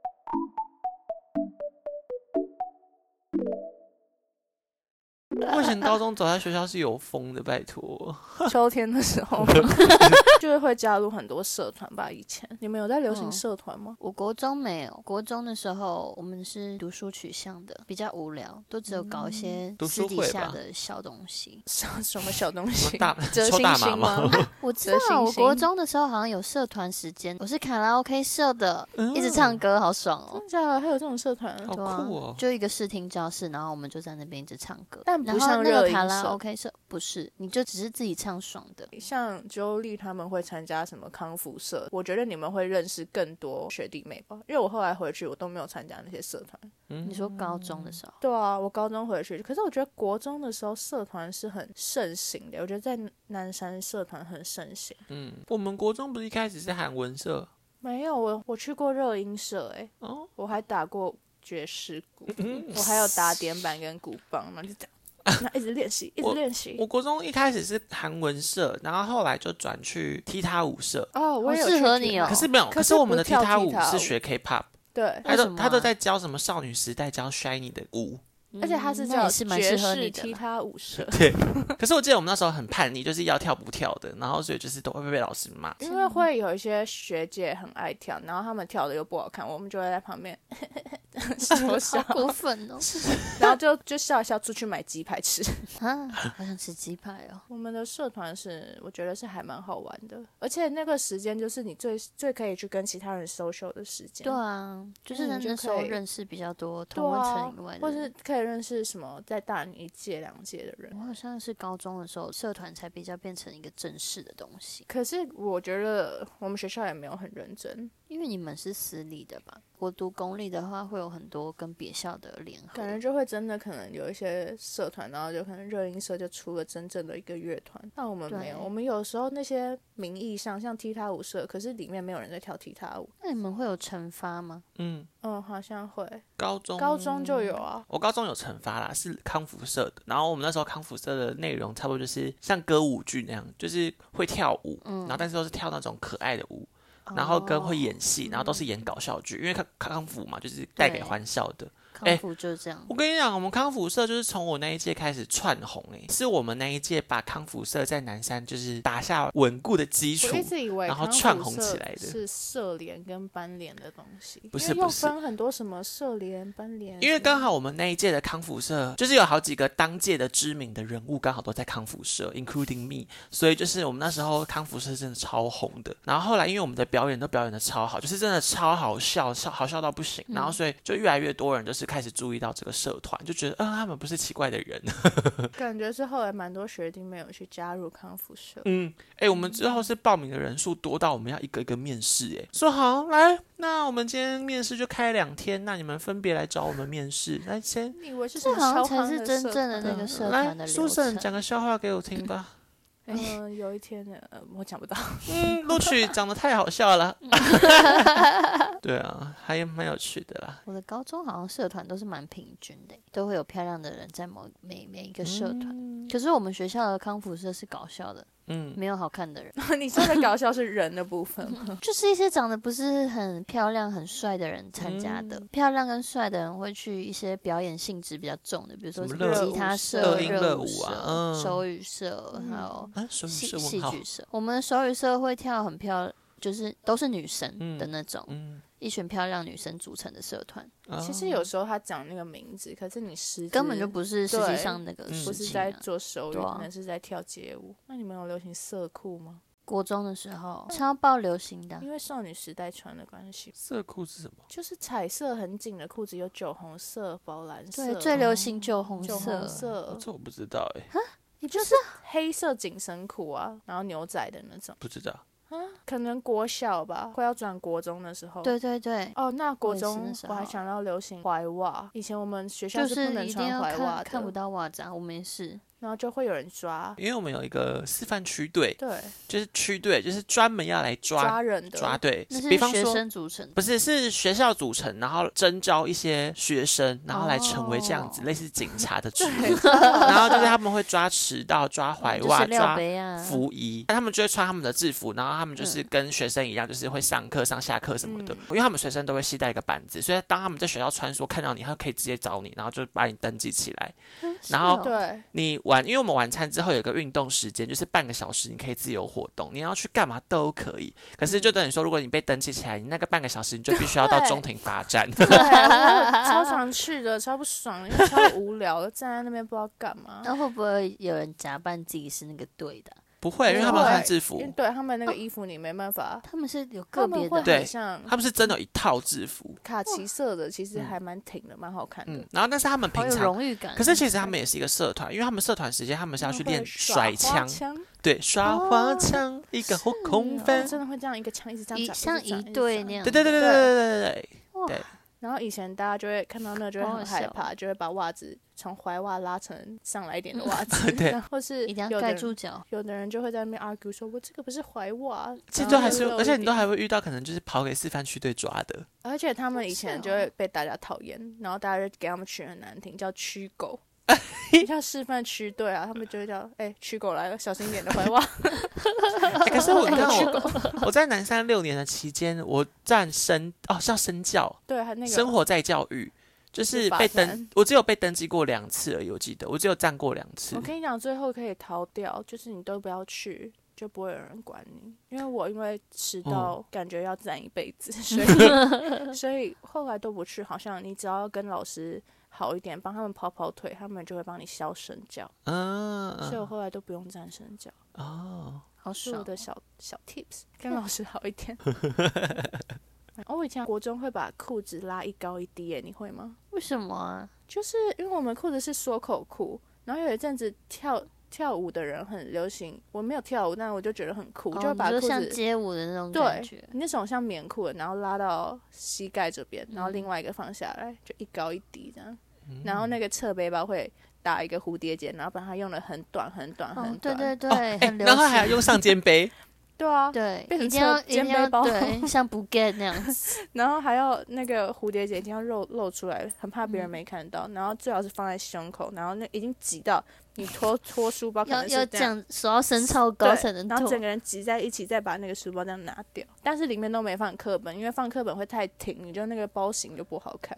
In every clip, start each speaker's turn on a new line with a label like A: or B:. A: 前高中走在学校是有风的，拜托。
B: 秋天的时候，就是会加入很多社团吧。以前你们有在流行
C: 嗯
B: 社团 吗？。
C: 我国中没有，国中的时候我们是读书取向的，比较无聊，都只有搞一些
A: 嗯读
C: 私
A: 书
C: 底
A: 会
C: 下
A: 吧
C: 的小东西
B: 什什么小东 西？
A: 大
B: 折
A: 抽
B: 星
A: 大
B: 星
A: 麻吗？
B: 吗？
C: 我知
B: 折
C: 道，
B: 星
C: 我国
B: 星
C: 中的时候好像有社团时间，我是卡拉 OK 社的，一直唱歌，好爽哦。
B: 真的假啊的？还有这种社团？
A: 嗯好
C: 对啊
A: 酷哦！
C: 就一个视听教室，然后我们就在那边一直唱歌。
B: 但
C: 然
B: 不
C: 后
B: 像
C: 那
B: 热
C: 个
B: 音
C: 卡拉
B: 社
C: OK 社不是，你就只是自己唱爽的。
B: 像周丽他们会参加什么康复社，我觉得你们会认识更多学弟妹吧。因为我后来回去，我都没有参加那些社团。
A: 嗯
C: 你说高中的时 候，
B: 对啊，我高中回去，可是我觉得国中的时候社团是很盛行的，我觉得在南山社团很盛行。
A: 嗯，我们国中不是一开始是韩文社
B: 没有，我我去过热音社、欸，
A: 哦，嗯
B: 我还打过爵士鼓，我还有打点板跟鼓棒，然后就 这样，那一直练习，一直
A: 我
B: 练习。
A: 我国中一开始是韩文社，然后后来就转去踢踏舞社。
B: 哦，我
C: 好
B: 有
C: 适
B: 去
C: 合
B: 踢
C: 你
B: 踏
C: 哦
A: 可是没有，
B: 可
A: 可
B: 是
A: 是我们
B: 不
A: 的踢
B: 跳
A: 踏
B: 踢
A: 舞
B: 踏
A: 是
B: 舞
A: 学 K-pop，
B: 对，
A: 他
C: 为什
A: 都
C: 么
A: 他都
C: 啊
A: 在教什么少女时代教 shiny 的舞。
B: 而且他是
C: 嗯
B: 叫
C: 那也是蛮
B: 爵
C: 适合
B: 士
C: 你的
B: 踢
C: 啦。
B: 踏舞社。
A: 可是我记得我们那时候很叛逆，就是要跳不跳的，然后所以就是都会被老师骂。
B: 因为会有一些学姐很爱跳，然后她们跳的又不好看，我们就会在旁边说笑
C: 好，过分哦！
B: 然后就就笑一笑，出去买鸡排吃。
C: 啊，好想吃鸡排哦。
B: 我们的社团是，我觉得是还蛮好玩的，而且那个时间就是你最最可以去跟其他人 social 的时间，
C: 对啊，就是
B: 嗯
C: 那
B: 就
C: 那
B: 可
C: 时候
B: 以
C: 认识比较多
B: 对
C: 同温
B: 啊
C: 层以外的
B: 或是
C: 人。
B: 可以认识什么在大你一届两届的人
C: 我。好像是高中的时候，社团才比较变成一个正式的东西，
B: 可是我觉得我们学校也没有很认真，
C: 因为你们是私立的吧？我读公立的话，会有很多跟别校的联合，
B: 感觉就会真的可能有一些社团，然后就可能热音社就出了真正的一个乐团。但我们没有，
C: 对
B: 我们有时候那些名义上像踢踏舞社，可是里面没有人在跳踢踏舞。
C: 那你们会有惩罚吗？
A: 嗯，
B: 嗯，好像会，
A: 高中
B: 高中
A: 嗯
B: 就有啊。
A: 我高中有惩罚啦，是康复社的。然后我们那时候康复社的内容差不多就是像歌舞剧那样，就是会跳舞，
B: 嗯
A: 然后但是都是跳那种可爱的舞，
B: 哦
A: 然后跟会演戏，然后都是演搞笑剧，因为康康复嘛，就是带给
C: 对
A: 欢笑的。哎
C: 康复就是这样，
A: 我跟你讲，我们康复社就是从我那一届开始窜红诶、是我们那一届把康复社在南山就是打下稳固的基础
B: 我一。直以为
A: 然后
B: 康复
A: 串红
B: 社
A: 起来的
B: 是社联跟班联的东西，
A: 不是
B: 因为又
A: 不是
B: 分很多什么社联、班联什么，
A: 因为刚好我们那一届的康复社，就是有好几个当届的知名的人物，刚好都在康复社，including me，所以就是我们那时候康复社真的超红的。然后后来因为我们的表演都表演的超好，就是真的超好笑，笑好笑到不行。然后所以就越来越多人就是开始注意到这个社团，就觉得嗯、他们不是奇怪的人。
B: 感觉是后来蛮多学弟没有去加入康复社。
A: 嗯，哎、我们之后是报名的人数多到我们要一个一个面试，哎，说好来，那我们今天面试就开两天，那你们分别来找我们面试，来先。
B: 你以为是什
C: 这
B: 么
C: 好像
B: 超
C: 才
B: 夯
C: 是真
B: 社
C: 正的
B: 团
C: 那个
B: 啊
C: 社团的
A: 嗯来，
C: 流
A: 苏
C: 程
A: 珊。讲个笑话给我听 吧。
B: 嗯、有一天呢，呃我讲不到。
A: 嗯，录取长得太好笑了。
C: 嗯
A: 对啊，还蛮有趣的啦。
C: 我的高中好像社团都是蛮平均的，都会有漂亮的人在某每每一个社团。可是我们学校的康复社是搞笑的，
A: 嗯，
C: 没有好看的人，
B: 你说的搞笑是人的部分吗？
C: 就是一些长得不是很漂亮、很帅的人参加
A: 嗯
C: 的。漂亮跟帅的人会去一些表演性质比较重的，比如说
A: 什
C: 什
A: 么
C: 么
A: 热
C: 吉他
B: 舞社
C: 社、
B: 乐音
A: 乐
C: 热舞
A: 舞
C: 社
A: 啊嗯、
C: 手语社，还有
A: 啊，手语
C: 戏
A: 社
C: 戏
A: 问号
C: 剧。社。我们的手语社会跳很漂亮。就是都是女生
A: 嗯
C: 的那种，
A: 嗯，
C: 一群漂亮女生组成的社团，
A: 啊
B: 其实有时候他讲那个名字，可是你实
C: 根本
B: 质
C: 就不是实际
B: 对
C: 上那个
A: 嗯
B: 不
C: 事
B: 是
C: 情、啊
B: 在做手语，
C: 对啊
B: 可能是在跳街舞。那你们有流行色裤吗？
C: 国中的时候超爆流行的啊，
B: 因为少女时代穿的关系，
A: 色裤是什么？
B: 就是彩色很紧的裤子，有酒红色、宝蓝色，
C: 对，最流行酒红
B: 酒
C: 色
B: 红，
C: 呃
B: 色，
A: 这我不知道哎、
C: 你不
B: 就是黑色紧身裤啊，然后牛仔的那种。
A: 不知道。
B: 可能国小吧，快要转国中的时候。。
C: 对对对，
B: 哦，那国
C: 我也是
B: 中
C: 那时
B: 我还
C: 候
B: 想到流行踝袜，以前我们学校
C: 就是
B: 不
C: 是
B: 能
C: 一定
B: 穿
C: 要
B: 踝袜
C: 看
B: 的，
C: 看不到袜子啊，我们也是，
B: 然后就会有人抓，
A: 因为我们有一个示范区队，
B: 对，
A: 就是区队，就是专门要来抓
B: 抓人的，
A: 抓 队
C: 那，是
A: 比方
C: 学
A: 说
C: 生组成的，
A: 不是是学校组成，然后征召一些学生，然后来成为这样子、
C: 哦
A: 类似警察的职务，
B: 对，
A: 然后就是他们会抓迟到、抓怀
C: 就
A: 袜、
C: 是
A: 抓
C: 廖杯啊，
A: 服仪，那他们就会穿他们的制服，然后他们就是跟学生一样，就是会上课、上下课什么的。
B: 嗯
A: 因为他们学生都会携带一个板子，所以当他们在学校穿梭看到你，他可以直接找你，然后就把你登记起来。
C: 嗯是
A: 然后
C: 哦
B: 对，
A: 你晚，因为我们晚餐之后有一个运动时间，就是半个小时，你可以自由活动，你要去干嘛都可以。可是就等于说，如果你被登记起来，你那个半个小时你就必须要到中庭罚 站。
B: 对，我 超常去的，超不爽，因为超无聊的，站在那边不知道干嘛。
C: 那会不会有人假扮自己是那个队的啊？
A: 不会，嗯因为他们有穿制服
B: 因为，对他们那个衣服你没办法，
C: 他们是有
B: 他
C: 个
B: 们
C: 别
B: 会
C: 的，
A: 对
B: 很像
A: 他们是真的有一套制服。
B: 卡其色的，其实还蛮挺的，蛮好看的
A: 嗯。，然后但是他们
C: 好
A: 平
C: 有
A: 常。
C: 荣誉感。
A: 可是其实他们也是一个社团，因为他们社团时间他们是要去练甩
B: 枪
A: 枪，，对，耍花枪，一个后空翻
B: 哦，真的会这样一个枪一直这样
C: 一
B: 转，
C: 像
B: 直转
C: 一队
B: 直
C: 那。
B: 转
C: 样，
A: 对对对对对对对对
C: 哇
A: 对
B: 然后以前大家就会看到那个就会
C: 好
B: 很
C: 好
B: 害
A: 哦
C: 笑
B: 怕，就会把袜子从怀袜拉成上来一点的袜子
A: 嗯 ，对
B: 然后是
C: 一定
B: 有
C: 要
B: 的
C: 盖
B: 人
C: 住脚。
B: 有的人就会在那边 argue 说，我这个不是怀袜，
A: 其
B: 然
A: 实都
B: 后
A: 还，
B: 就是露
A: 而且
B: 一
A: 你都
B: 点
A: 还会遇到可能就是跑给示范区队抓的，
B: 而且他们以
C: 是
B: 前就
C: 哦
B: 会被大家讨厌，然后大家就给他们取很难听，叫驱狗， 叫示范区队啊，他们就会叫哎驱狗来了，小心一点的怀袜。
A: 欸可是我你看我我在南山六年的期间，我站身哦是要身教，
B: 对，还那个
A: 生活在教育，就是
B: 是法
A: 被登
B: 餐，
A: 我只有被登记过两次而已，我记得我只有站过两次
B: 我。跟你讲，最后可以逃掉，就是你都不要去，就不会有人管你。因为我因为迟到，感觉要站一辈子，所以所以后来都不去。好像你只要跟老师好一点，帮他们跑跑腿，他们就会帮你消身教。
A: 嗯
B: 所以我
A: 嗯
B: 后来都不用站身教，
A: 哦，
C: 好
B: 是我
C: 爽
B: 的小小 tips，跟老师好一点。 哦，我以前国中会把裤子拉一高一低耶，你会吗？
C: 为什么啊？
B: 就是因为我们裤子是缩口裤，然后有一阵子跳跳舞的人很流行，我没有跳舞，但我就觉得很酷，就
C: 哦
B: 会
C: 你
B: 把
C: 说
B: 裤
C: 像
B: 子
C: 街舞的那种感
B: 对
C: 觉，
B: 那种像棉裤的，然后拉到膝盖这边，然后
C: 嗯
B: 另外一个放下来，就一高一低这样，然后那个侧背包会打一个蝴蝶结，然后把它用的很短很短
C: 哦
B: 很，
C: 对
B: 短，
C: 对
A: 哦
C: 对，
A: 哎
C: 很流
A: 然后还要
C: 行
A: 用上肩背，
B: 对啊，
C: 对，
B: 变成
C: 一定要
B: 侧
C: 一
B: 肩
C: 定要
B: 背包
C: 对，像不 get 那样子，
B: 然后还要那个蝴蝶结一定要露露出来，很怕别人没看到，然后最好是放在胸口，然后那已经挤到你拖拖书包可
C: 要
B: 能
C: 要
B: 是
C: 这
B: 这样。
C: 样手要伸超高
B: 对
C: 才能
B: 然后
C: 脱
B: 整。个人挤在一起，再把那个书包这样拿掉。但是里面都没放课本，因为放课本会太挺，你就那个包型就不好看。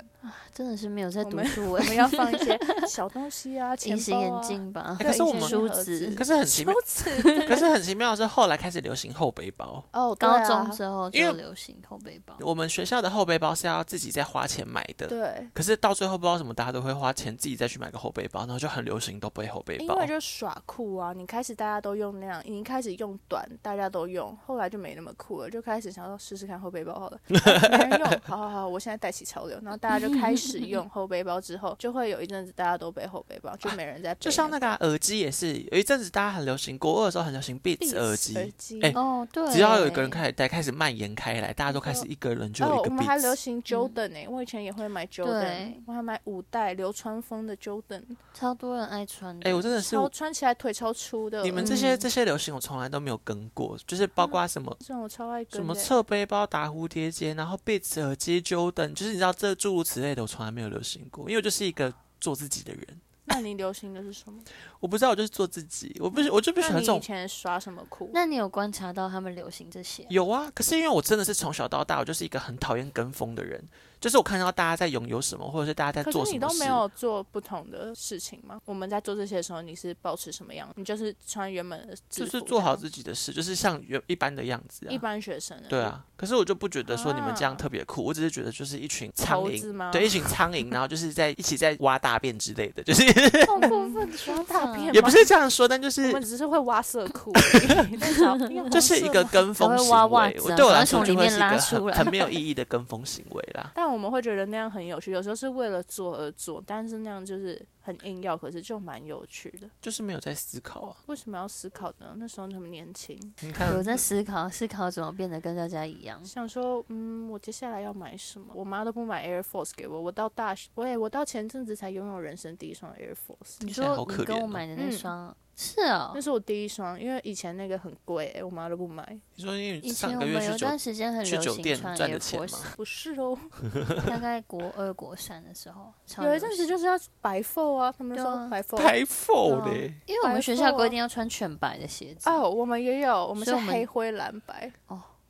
C: 真的是没有在
B: 我
C: 读
B: 们
C: 书
B: 我
C: 哎，
B: 们要放一些小东西 啊，钱
C: 隐形
B: 包
C: 眼
B: 啊，
C: 镜吧
A: 哎，可是我
B: 对
A: 们
B: 隐形
C: 梳
B: 盒
C: 子
A: 可是很奇妙
B: 如，此
A: 可是很奇妙的是后来开始流行后背包。
B: 哦，对
C: 高
B: 啊
C: 中之后
A: 因为
C: 就流行后背包，
A: 我们学校的后背包是要自己再花钱买的，
B: 对，
A: 可是到最后不知道为什么，大家都会花钱自己再去买个后背包，然后就很流行都背后背
B: 因
A: 包
B: 为。就耍酷啊，你开始大家都用那样，你一开始用短，大家都用，后来就没那么酷了，就开始想要试试看后背包 好了，没人用，好好好，我现在带起潮流，然后大家就开始 用后背包之后，就会有一阵子大家都背后背包，就没人在背、
A: 就像那个啊、耳机也是，有一阵子大家很流行，国二的时候很流行 Beats 耳机，
B: 耳机，
A: 哎
C: 哦对，
A: 只要有一个人开始戴，开始蔓延开来，大家都开始一个人就有
B: 哦，
A: 一
B: 我
A: 个
B: 们还流
A: Beats。
B: 行 Jordan 呢、我以前也会买 Jordan，我还买五代流川枫的 Jordan，
C: 超多人爱穿的，
A: 哎、我真的是，
B: 超穿起来腿超粗的。
A: 你们这些
C: 嗯
A: 这些流行我从来都没有跟过，就是包括什么。
B: 这种我超爱跟
A: 什么
B: 的
A: 侧背包、打蝴蝶结，然后 Beats 耳机、Jordan，就是你知道这诸如此类的，我从来没有流行过，因为我就是一个做自己的人。
B: 那你流行的是什么？
A: 我不知道，我就是做自己，我不是我就不喜
B: 那
A: 欢
B: 你
A: 这种
B: 以前耍什么酷？
C: 那你有观察到他们流行 这些？
A: 有啊，可是因为我真的是从小到大，我就是一个很讨厌跟风的人。就是我看到大家在拥有什么，或者是大家在
B: 可
A: 做
B: 是
A: 什
B: 你
A: 么
B: 都
A: 事，
B: 没有做不同的事情吗？我们在做这些的时候，你是保持什么样？你就是穿原本的
A: 就
B: 制服，
A: 是做好自己的事，就是像原一般的样子
B: 这
A: 啊。
B: 样一般学生而已
A: 对，啊，可是我就不觉得说你们这样
B: 啊
A: 特别酷，我只是觉得就是一群苍
C: 啊
B: 猴
A: 蝇
B: 子，吗
A: 对，一群苍 蝇，然后就是在一起在挖大便之类的，就是
C: 好过分，说
B: 大 便
A: 也不是这样说，但就
B: 我
A: 是
B: 们只是会挖色 裤而已，但是好用
A: 就是一个
B: 红色吗
A: 跟风
C: 还会
A: 行
C: 挖袜
A: 为，
C: 子
A: 我
C: 啊
A: 对我
C: 然
A: 来
C: 后
A: 说
C: 从
A: 就
C: 里
A: 会
C: 面
A: 是一
C: 拉
A: 个
C: 出
A: 很
C: 来
A: 很没有意义的跟风行为啦。
B: 但我我们会觉得那样很有趣，有时候是为了做而做，但是那样就是很硬要，可是就蛮有趣的。
A: 就是没有在思考啊。
B: 为什么要思考呢？那时候那么年轻，
A: 你看，
C: 有在思考，思考怎么变得跟大家一样。
B: 想说，嗯，我接下来要买什么？我妈都不买 Air Force 给我，我到大学，我也我到前阵子才拥有人生第一双 Air Force，
C: 你
A: 起来
C: 说
A: 好可
C: 你跟
A: 怜
C: 我
A: 哦
C: 买的那
B: 嗯
C: 双、是哦
B: 那，是我第一双，因为以前那个很贵、我妈都不买。
A: 你说因为
C: 以
A: 上
C: 前
A: 个
C: 我
A: 月
C: 们
A: 去
C: 有
A: 酒
C: 段时间很
A: 去
C: 流
A: 酒店
C: 行穿
A: 赚的
C: Air
A: 钱嘛
C: Force，
B: 不是哦，
C: 大概国二、国三的时候，超
B: 有一
C: 流
B: 阵子
C: 行
B: 就是要白 f 啊，他们
C: 对
B: 说
C: 啊
B: 白 f
A: 太欸否
B: 对啊
A: 嘞，
C: 因为我们
B: 白
C: 学校
B: 色啊
C: 规定要穿全白的鞋子。
B: 哦，我们也有，我们
C: 所以
B: 是
C: 我们
B: 黑灰蓝白，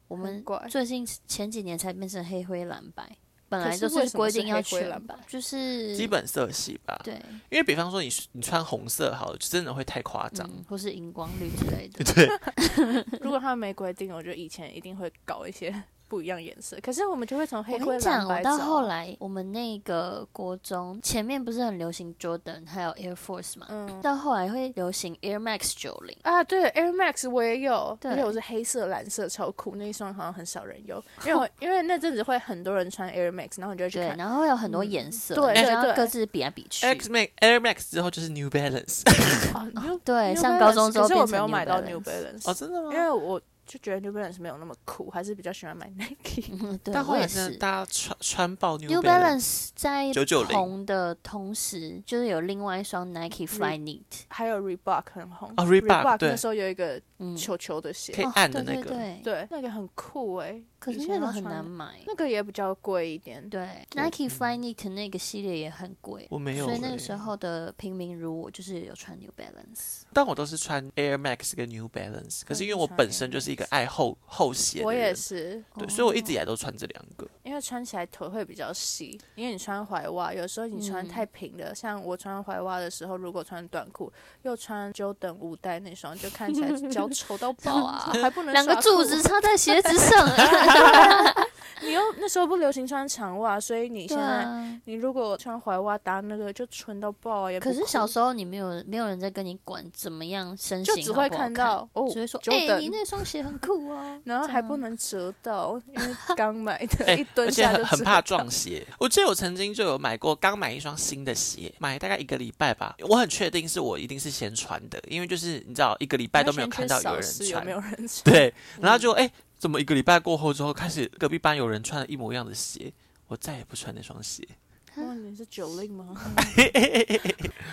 C: 我们
B: 很怪
C: 最近前几年才变成黑灰蓝白，本
B: 可
C: 来
B: 是
C: 就
B: 为什么
C: 规
B: 是
C: 定要
B: 黑灰
C: 全
B: 蓝白
C: 就是
A: 基本色系吧。
C: 嗯对，
A: 因为比方说你你穿红色好了，就真的会太夸张。
C: 嗯，或是荧光绿之类的。
B: 如果他没规定，我觉得以前一定会搞一些 不一样颜色。可是我们就会从黑
C: 我跟
B: 灰
C: 你
B: 蓝
C: 讲，
B: 白
C: 我
B: 走啊。
C: 到后来，我们那个国中前面不是很流行 Jordan 还有 Air Force 嘛，
B: 嗯
C: 到后来会流行 Air Max 九零。
B: 啊，对，Air Max 我也有，
C: 对
B: 而且我是黑色、蓝色，超酷。那一双好像很少人有，因为 我因为那阵子会很多人穿 Air Max，然后你就会去
C: 对，
B: 看。
C: 然后会有很多颜色，
B: 对
C: 然
B: 对
C: 后
B: 对
C: 各自比来比去。
A: X Max Air Max 之后就是 New Balance
B: 哦，New-
C: 对
B: New
C: 上高
B: Balance，
C: 中之后
B: 可是我
C: 变
B: 没
C: 成
B: 有
C: New
B: 买到
C: Balance
B: New Balance，、
A: 哦，真的
B: 因
A: 吗？
B: 为我就觉得 New Balance 没有那么酷，还是比较喜欢买 Nike。
C: 嗯，对，
A: 但后
C: 我
A: 来
C: 也
A: 真
C: 是
A: 的。大家穿穿爆 New
C: New Balance 在
A: 990
C: 红的同时，就是有另外一双 Nike Fly Knit，
B: 还有 Reebok 很红、
A: 哦
B: r e
A: ，Reebok，
B: e b o k
A: 对
B: 那时候有一个
C: 嗯，
B: 球球的鞋，
A: 可以
C: 哦
A: 按的那
C: 对
A: 个
C: 对对，
B: 对，那个很酷哎、
C: 可
B: 以
C: 是
B: 前
C: 那个
B: 要
C: 很
B: 穿
C: 难买。
B: 那个也比较贵一点。
C: 对，Nike Fly Knit 那个系列也很贵，
A: 我没有
C: 所以那个
A: 欸
C: 时候的平民如我，就是有穿 New Balance。
A: 但我都是穿 Air Max 跟 New Balance，可是因为我
B: 穿
A: 本
B: Air
A: 身就是一个爱厚厚鞋的
B: 我也
A: 人，
B: 是，
C: 哦
A: 对，所以我一直以来都穿这两个。
B: 因为穿起来腿会比较细，因为你穿踝袜，有时候你穿
C: 嗯
B: 太平了，像我穿踝袜的时候，如果穿短裤，又穿 Jordan 五代那双，就看起 来脚丑到爆啊，还不能
C: 两个
B: 耍
C: 柱
B: 酷
C: 子。插在鞋子 上、啊，
B: 你又那时候不流行穿长袜，所以你现
C: 对
B: 在、
C: 啊。
B: 你如果穿踝袜搭那个就蠢到爆啊，也不
C: 可是
B: 酷
C: 小时候你没有没有人在跟你管怎么样身形
B: 就只
C: 好不
B: 会
C: 好
B: 看到哦
C: 只会说哎、
B: Jordan
C: 你那双鞋很酷哦
B: ，然后
C: 这
B: 还
C: 样
B: 不能折到，因 为刚买的，
A: 哎
B: 一
A: 而
B: 蹲
A: 且
B: 下就
A: 很很
B: 折
A: 怕
B: 到
A: 撞鞋。我记得我曾经就有买过，刚买一双新的鞋，买大概一个礼拜吧。我很确定是我一定是先穿的，因为就是你知道一个礼拜都没有看到有人
B: 有
A: 穿，
B: 没 有人穿？
A: 对，然后就哎、怎么一个礼拜过后之后，开始隔壁班有人穿了一模一样的鞋，我再也不穿那双鞋。
C: 啊
B: 哇，你是九令 吗？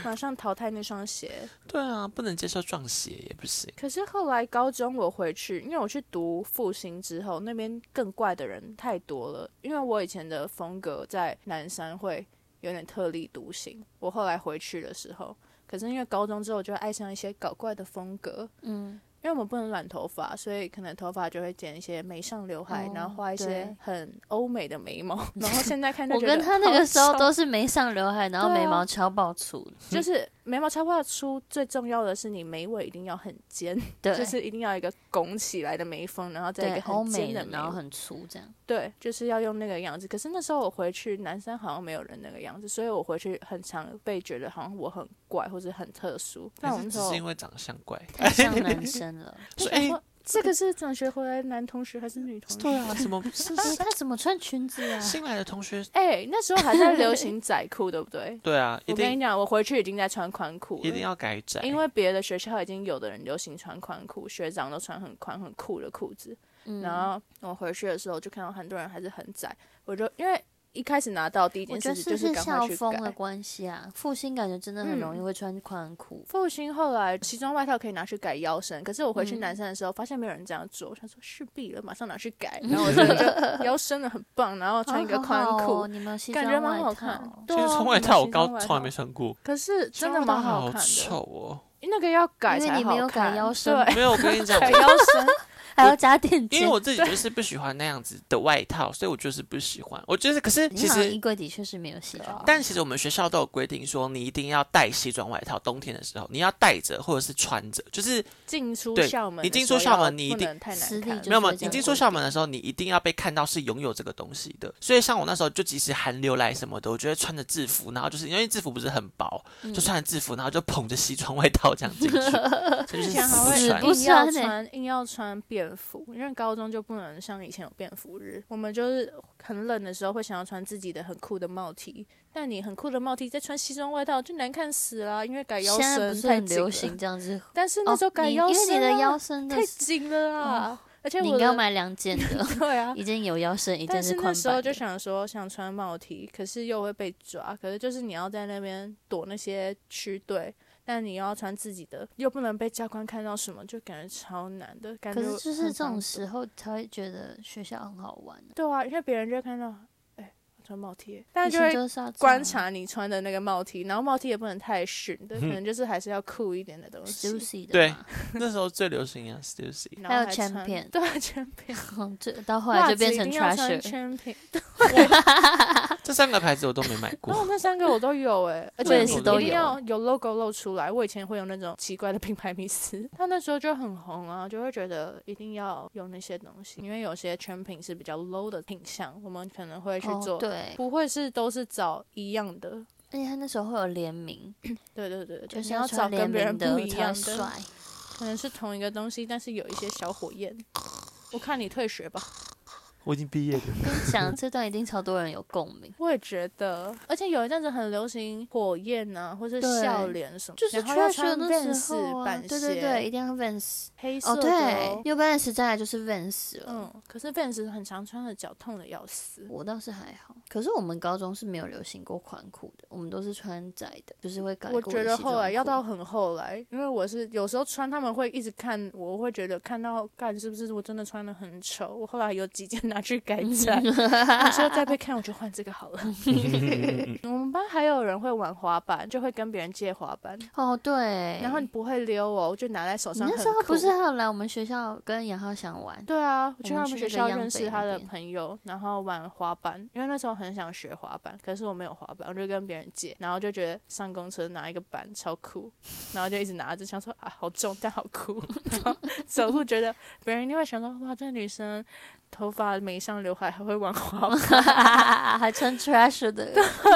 B: 马上淘汰那双鞋。
A: 对啊，不能接受撞鞋也不行。
B: 可是后来高中我回去，因为我去读复兴之后，那边更怪的人太多了。因为我以前的风格在南山会有点特立独行。我后来回去的时候，可是因为高中之后，我就爱上一些搞怪的风格。
C: 嗯，
B: 因为我们不能染头发，所以可能头发就会剪一些美上刘海，
C: 哦
B: 然后画一些
C: 对
B: 很欧美的眉毛。然后现在看就
C: 我
B: 觉得
C: 跟他那个时候
B: 好
C: 都是没上刘海，然后
B: 对
C: 眉
B: 啊
C: 毛超爆粗的，
B: 就是眉毛超画出，最重要的是你眉尾一定要很尖，
C: 对，
B: 就是一定要一个拱起来的眉峰，然后再一
C: 对
B: 个
C: 欧
B: 很
C: 美
B: 尖
C: 的，
B: 眉
C: 然后很粗这样。
B: 对，就是要用那个样子。可是那时候我回去，南山好像没有人那个样子，所以我回去很常被觉得好像我很怪或者很特殊。那我
A: 还是
B: 们
A: 只
B: 说
A: 是因为长相怪，
C: 太像男 生了，
A: 说哎、
B: 这个是转学回来男同学还是女同
A: 对
B: 学？
A: 啊，什么 是
C: 哎，他怎么穿裙子啊？
A: 新来的同学？
B: 哎、那时候还在流行窄裤，对不对？
A: 对啊， 一
B: 我跟你
A: 定
B: 讲，我回去已经在穿宽裤了，
A: 一定要改窄，
B: 因为别的学校已经有的人流行穿宽裤，学长都穿很宽很酷的裤子。
C: 嗯
B: 然后我回去的时候就看到很多人还是很窄，我就因为一开始拿到第一
C: 我
B: 件
C: 觉得
B: 事情
C: 是
B: 就是
C: 不是
B: 赶
C: 校
B: 快去
C: 风的
B: 改。
C: 关系啊？复兴感觉真的很容易
B: 嗯
C: 会穿宽裤，
B: 复兴后来西装外套可以拿去改腰身，可是我回去
C: 嗯
B: 南山的时候发现没有人这样做，我想说势必了，马上拿去 改，然后我真的就腰身的很棒，然后穿一个
C: 啊
B: 宽
C: 好好
B: 裤，
C: 哦你们有西
B: 感
C: 装
B: 觉蛮好
C: 外
B: 看
C: 套。。哦
B: 对
A: 其
B: 啊
A: 实穿外套我
B: 你们西装
A: 高
B: 外
A: 从来没
B: 套
A: 穿过，
B: 可是真的蛮
A: 好
B: 看
A: 臭
B: 的，
A: 哦！
B: 那个要改
C: 因为
B: 才
C: 你没
B: 好
C: 有改
B: 看
C: 腰身
B: 对，
A: 没有，我跟你讲，
B: 改腰身。
C: 还要加垫肩。
A: 因为我自己就是不喜欢那样子的外套，所以我就是不喜欢。我就是，可是
C: 你
A: 其
C: 好像衣
A: 实，
C: 柜的确是没有西装，
A: 但其实我们学校都有规定说，你一定要带西装外套，冬天的时候你要带着或者是穿着，就是
B: 进出
A: 对
B: 校门
A: 你
B: 的
A: 进
B: 时
A: 出
B: 候
A: 校
B: 要
A: 门你一
B: 不
A: 定
B: 能太难
C: 私立
B: 看
C: 就
A: 没有
C: 是
A: 嘛。
C: 会这
A: 你
C: 样
A: 进出校门的时候，你一定要被看到是拥有这个东西的。所以像我那时候，就即使寒流来什么的，我觉得穿着制服，然后就是因为制服不是很薄，就穿着制服，然 后就捧着西装外套这样进去，这就是
B: 之前还
A: 死
B: 会
C: 死
A: 穿
C: 不
B: 硬要
C: 穿欸
B: 啊穿，硬要穿便便服，因为高中就不能像以前有便服日，我们就是很冷的时候会想要穿自己的很酷的帽 T，但你很酷的帽 T 再穿西装外套就难看死了，因为改腰
C: 现在不
B: 身
C: 是
B: 太
C: 很
B: 紧
C: 流行
B: 了。
C: 这样子，
B: 但是那
C: 哦
B: 时候，改
C: 你
B: 腰
C: 因为你
B: 身、
C: 的
B: 啊
C: 腰身的
B: 太
C: 是，哦
B: 紧了啊！而且
C: 你
B: 我
C: 应该要
B: 的，
C: 买两件的
B: 对啊，
C: 一件有腰身，一件
B: 但是那
C: 宽
B: 时候
C: 版
B: 就
C: 的。
B: 想说想穿帽 T，可是又会被抓，可是就是你要在那边躲那些区队，但你又要穿自己的，又不能被教官看到什么，就感觉超难的感觉
C: 可
B: 很
C: 是
B: 防
C: 就
B: 躲。
C: 是这种时候才会觉得学校很好玩、啊。
B: 对啊，因为别人就会看到，哎、我穿帽 T，
C: 那
B: 但就会
C: 是要这
B: 观
C: 样
B: 察你穿的那个帽 T，然后帽 T 也不能太逊的，可能就是还是要酷一点的东西。
C: Stussy 的
A: 对
C: 嘛，
A: 那时候最流行啊，Stussy。
B: 然后
C: 还有
B: 穿
C: champion
B: 对啊，champion，
C: 这到后来就变成
B: 袜子一定要穿
C: treasure。
B: champion。
A: 这三个牌子我都没买
B: 然后
A: 过。
B: 哦那三个我都 有哎、
A: 我
B: 而且
A: 也
B: 你
A: 是
B: 一
A: 都
B: 定
A: 有
B: 要有 logo 露出来。我以前会有那种奇怪的品牌迷思，他那时候就很红啊，就会觉得一定要有那些东西，因为有些全品是比较 low 的品相，我们可能会去做，
C: 哦，对，
B: 不会是都是找一样的。
C: 而且他那时候会有联名，
B: 对对对对，
C: 就
B: 对
C: 是
B: 你要找
C: 穿联
B: 跟别人
C: 名
B: 不
C: 的
B: 一
C: 才
B: 样
C: 会 帅。
B: 可能是同一个东西，但是有一些小火焰。我看你退学吧，
A: 我已经毕业了。
C: 跟你讲，这段一定超多人有共鸣。
B: 我也觉得，而且有一阵子很流行火焰啊，或是
C: 对
B: 笑脸什么，
C: 就是
B: 然后要
C: treasure
B: 穿
C: 那时候
B: Vans
C: 啊，
B: 板
C: 对对
B: 鞋
C: 对，一定要 Vans。
B: 黑色
C: 哦，
B: 的、
C: 对，New Balance 再来就是 Vans 了。
B: 嗯，可是 Vans 很常穿的脚痛的要死。
C: 我倒是还好，可是我们高中是没有流行过宽裤的，我们都是穿窄的，就是会改
B: 我
C: 过
B: 觉
C: 的
B: 得
C: 西
B: 后
C: 装
B: 来要
C: 裤
B: 到很后来，因为我是有时候穿，他们会一直看我，我会觉得看到干是不是我真的穿的很丑。我后来有几件拿去 改窄，我说再被看我就换这个好了。 我们班还有人会玩滑板，就会跟别人借滑板，
C: 哦，对，
B: 然后你
C: 你
B: 不会溜哦，就拿在手上
C: 那
B: 很
C: 时候
B: 酷
C: 不是还有来我们学校跟杨浩 翔玩？
B: 对啊，我
C: 我
B: 去
C: 们
B: 他
C: 去
B: 们学
C: 那个
B: 校
C: 央
B: 认
C: 北
B: 识
C: 那
B: 他的
C: 边
B: 朋友，然后玩滑板，因为那时候很想学滑板，可是我没有滑板，我就跟别人借，然后就觉得上公车拿一个板超酷，然后就一直拿着，想说啊好重但好酷，然后走路觉得别人一定会想到哇这女生头发没上刘海还会玩滑板，
C: 还穿 trash 的，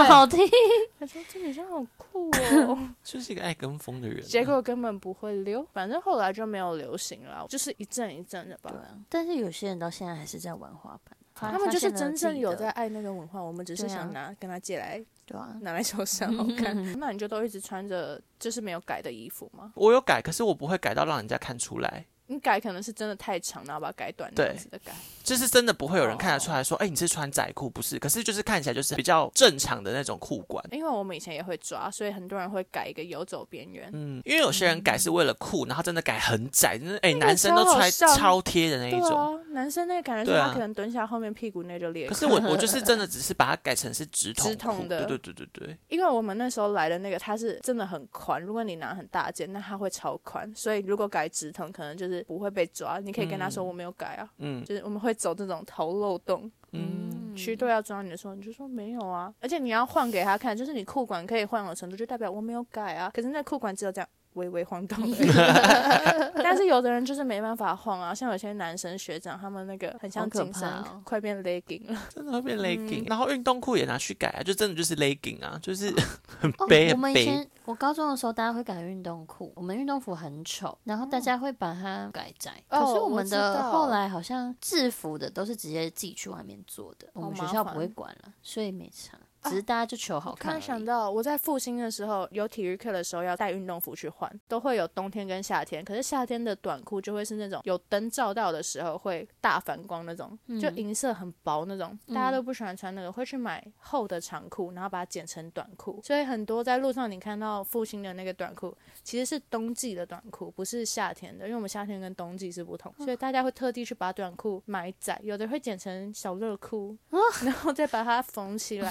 C: 好听。
B: 他说这女生好酷哦。
A: 就是一个爱跟风的人、啊。
B: 结果根本不会溜，反正后来就没有流行了，就是一阵一阵的吧。
C: 但是有些人到现在还是在玩滑板，发
B: 他们就是
C: 啊发现了
B: 真正
C: 自己
B: 有
C: 的
B: 在爱那个文化，我们只是
C: 对啊
B: 想拿、跟他借来
C: 对啊，
B: 拿来手上好
A: 嗯
B: 看。那你就都一直穿着就是没有改的衣服吗？
A: 我有改，可是我不会改到让人家看出来，
B: 你改可能是真的太长，然后把它改短这样
A: 对
B: 子的改。
A: 就是真的不会有人看得出来
C: 哦
A: 说，哎、你是穿窄裤不是？可是就是看起来就是比较正常的那种裤管。
B: 因为我们以前也会抓，所以很多人会改一个游走边缘。
A: 嗯，因为有些人改是为了酷，然后真的改很窄，就是哎、男生
B: 超
A: 都
B: 好
A: 穿
B: 笑
A: 超贴的那
B: 对
A: 一种。
B: 啊，男生那个感觉是
A: 对
B: 他
A: 啊
B: 可能蹲下后面屁股那就
C: 啊
B: 裂
A: 可
B: 开。
A: 是我我就是真的只是把它改成是直筒
B: 直筒
A: 裤
B: 的
A: 对对对对对。
B: 因为我们那时候来的那个它是真的很宽，如果你拿很大件，那它会超宽，所以如果改直筒可能就是不会被抓。你可以跟他说我没有改啊，
A: 嗯
B: 就是我们会走这种头漏洞。
A: 嗯，
B: 区队要抓你的时候，你就说没有啊，而且你要换给他看，就是你裤管可以换的程度，就代表我没有改啊。可是那裤管只有这样微微晃 动而已，但是有的人就是没办法晃啊，像有些男生学长，他们那个很像
C: 好可
B: 紧身，
C: 怕哦
B: 快变 legging 了。
A: 真的会变 legging，、然后运动裤也拿去改啊，就真的就是 legging 啊，就是 很
C: 嗯哦
A: 悲，
C: 我
A: 很
C: 们以
A: 悲。
C: 前我高中的时候，大家会改运动裤，我们运动服很丑，然后大家会把它改窄。
B: 嗯哦
C: 可是我们
B: 我知
C: 的
B: 道
C: 后来好像制服的都是直接自己去外面做的，我们学
B: 麻
C: 校不
B: 烦啊
C: 会管了，所以没差。只是大家就求好
B: 突
C: 看而
B: 然
C: 已。
B: 想到，我在复兴的时候有体育课的时候要带运动服去换，都会有冬天跟夏天，可是夏天的短裤就会是那种有灯照到的时候会大反光那种，就
C: 嗯
B: 银色很薄那种，大家都不喜欢穿那个，会去买厚的长裤，然后把它剪成短裤。所以很多在路上你看到复兴的那个短裤，其实是冬季的短裤，不是夏天的，因为我们夏天跟冬季是不同，
C: 哦
B: 所以大家会特地去把短裤买窄，有的会剪成小热裤，
C: 哦
B: 然后再把它缝起 来。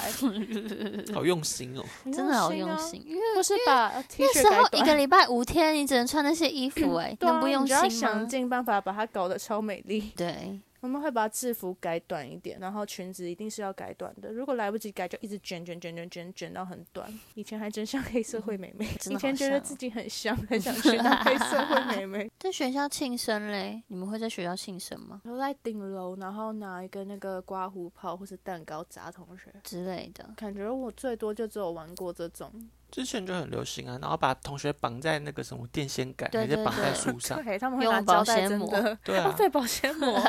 A: 好用心哦，
B: 很
C: 真的好
B: 啊
C: 用心，因为
B: 不是把 T
C: 那
B: 恤
C: 时
B: 改
C: 候一个
B: 短，
C: 礼拜五天，你只能穿那些衣服、哎，
B: 对啊
C: 能不用
B: 你就
C: 心
B: 要
C: 吗
B: 想？尽办法把它搞得超美丽。
C: 对，
B: 我们会把制服改短一点，然后裙子一定是要改短的。如果来不及改，就一直卷卷卷卷卷卷到很短。以前还真像黑社会妹妹，
C: 真
B: 以
C: 的好
B: 前觉得
C: 像哦
B: 自己很香，很想去当黑社会妹 妹。
C: 在学校庆生嘞，你们会在学校庆生吗？
B: 然后在顶楼，然后拿一个那个刮胡泡或是蛋糕砸同学。
C: 之类的，
B: 感觉我最多就只有玩过这种，
A: 之前就很流行啊，然后把同学绑在那个什么电线杆，
C: 对
A: 还是
C: 对
A: 绑在
C: 对
A: 树上。
B: 对， 他们会
C: 用
B: 拿
C: 保
B: 胶带
C: 鲜
B: 真
C: 膜
B: 的，
A: 对啊
B: 哦，对保鲜 膜，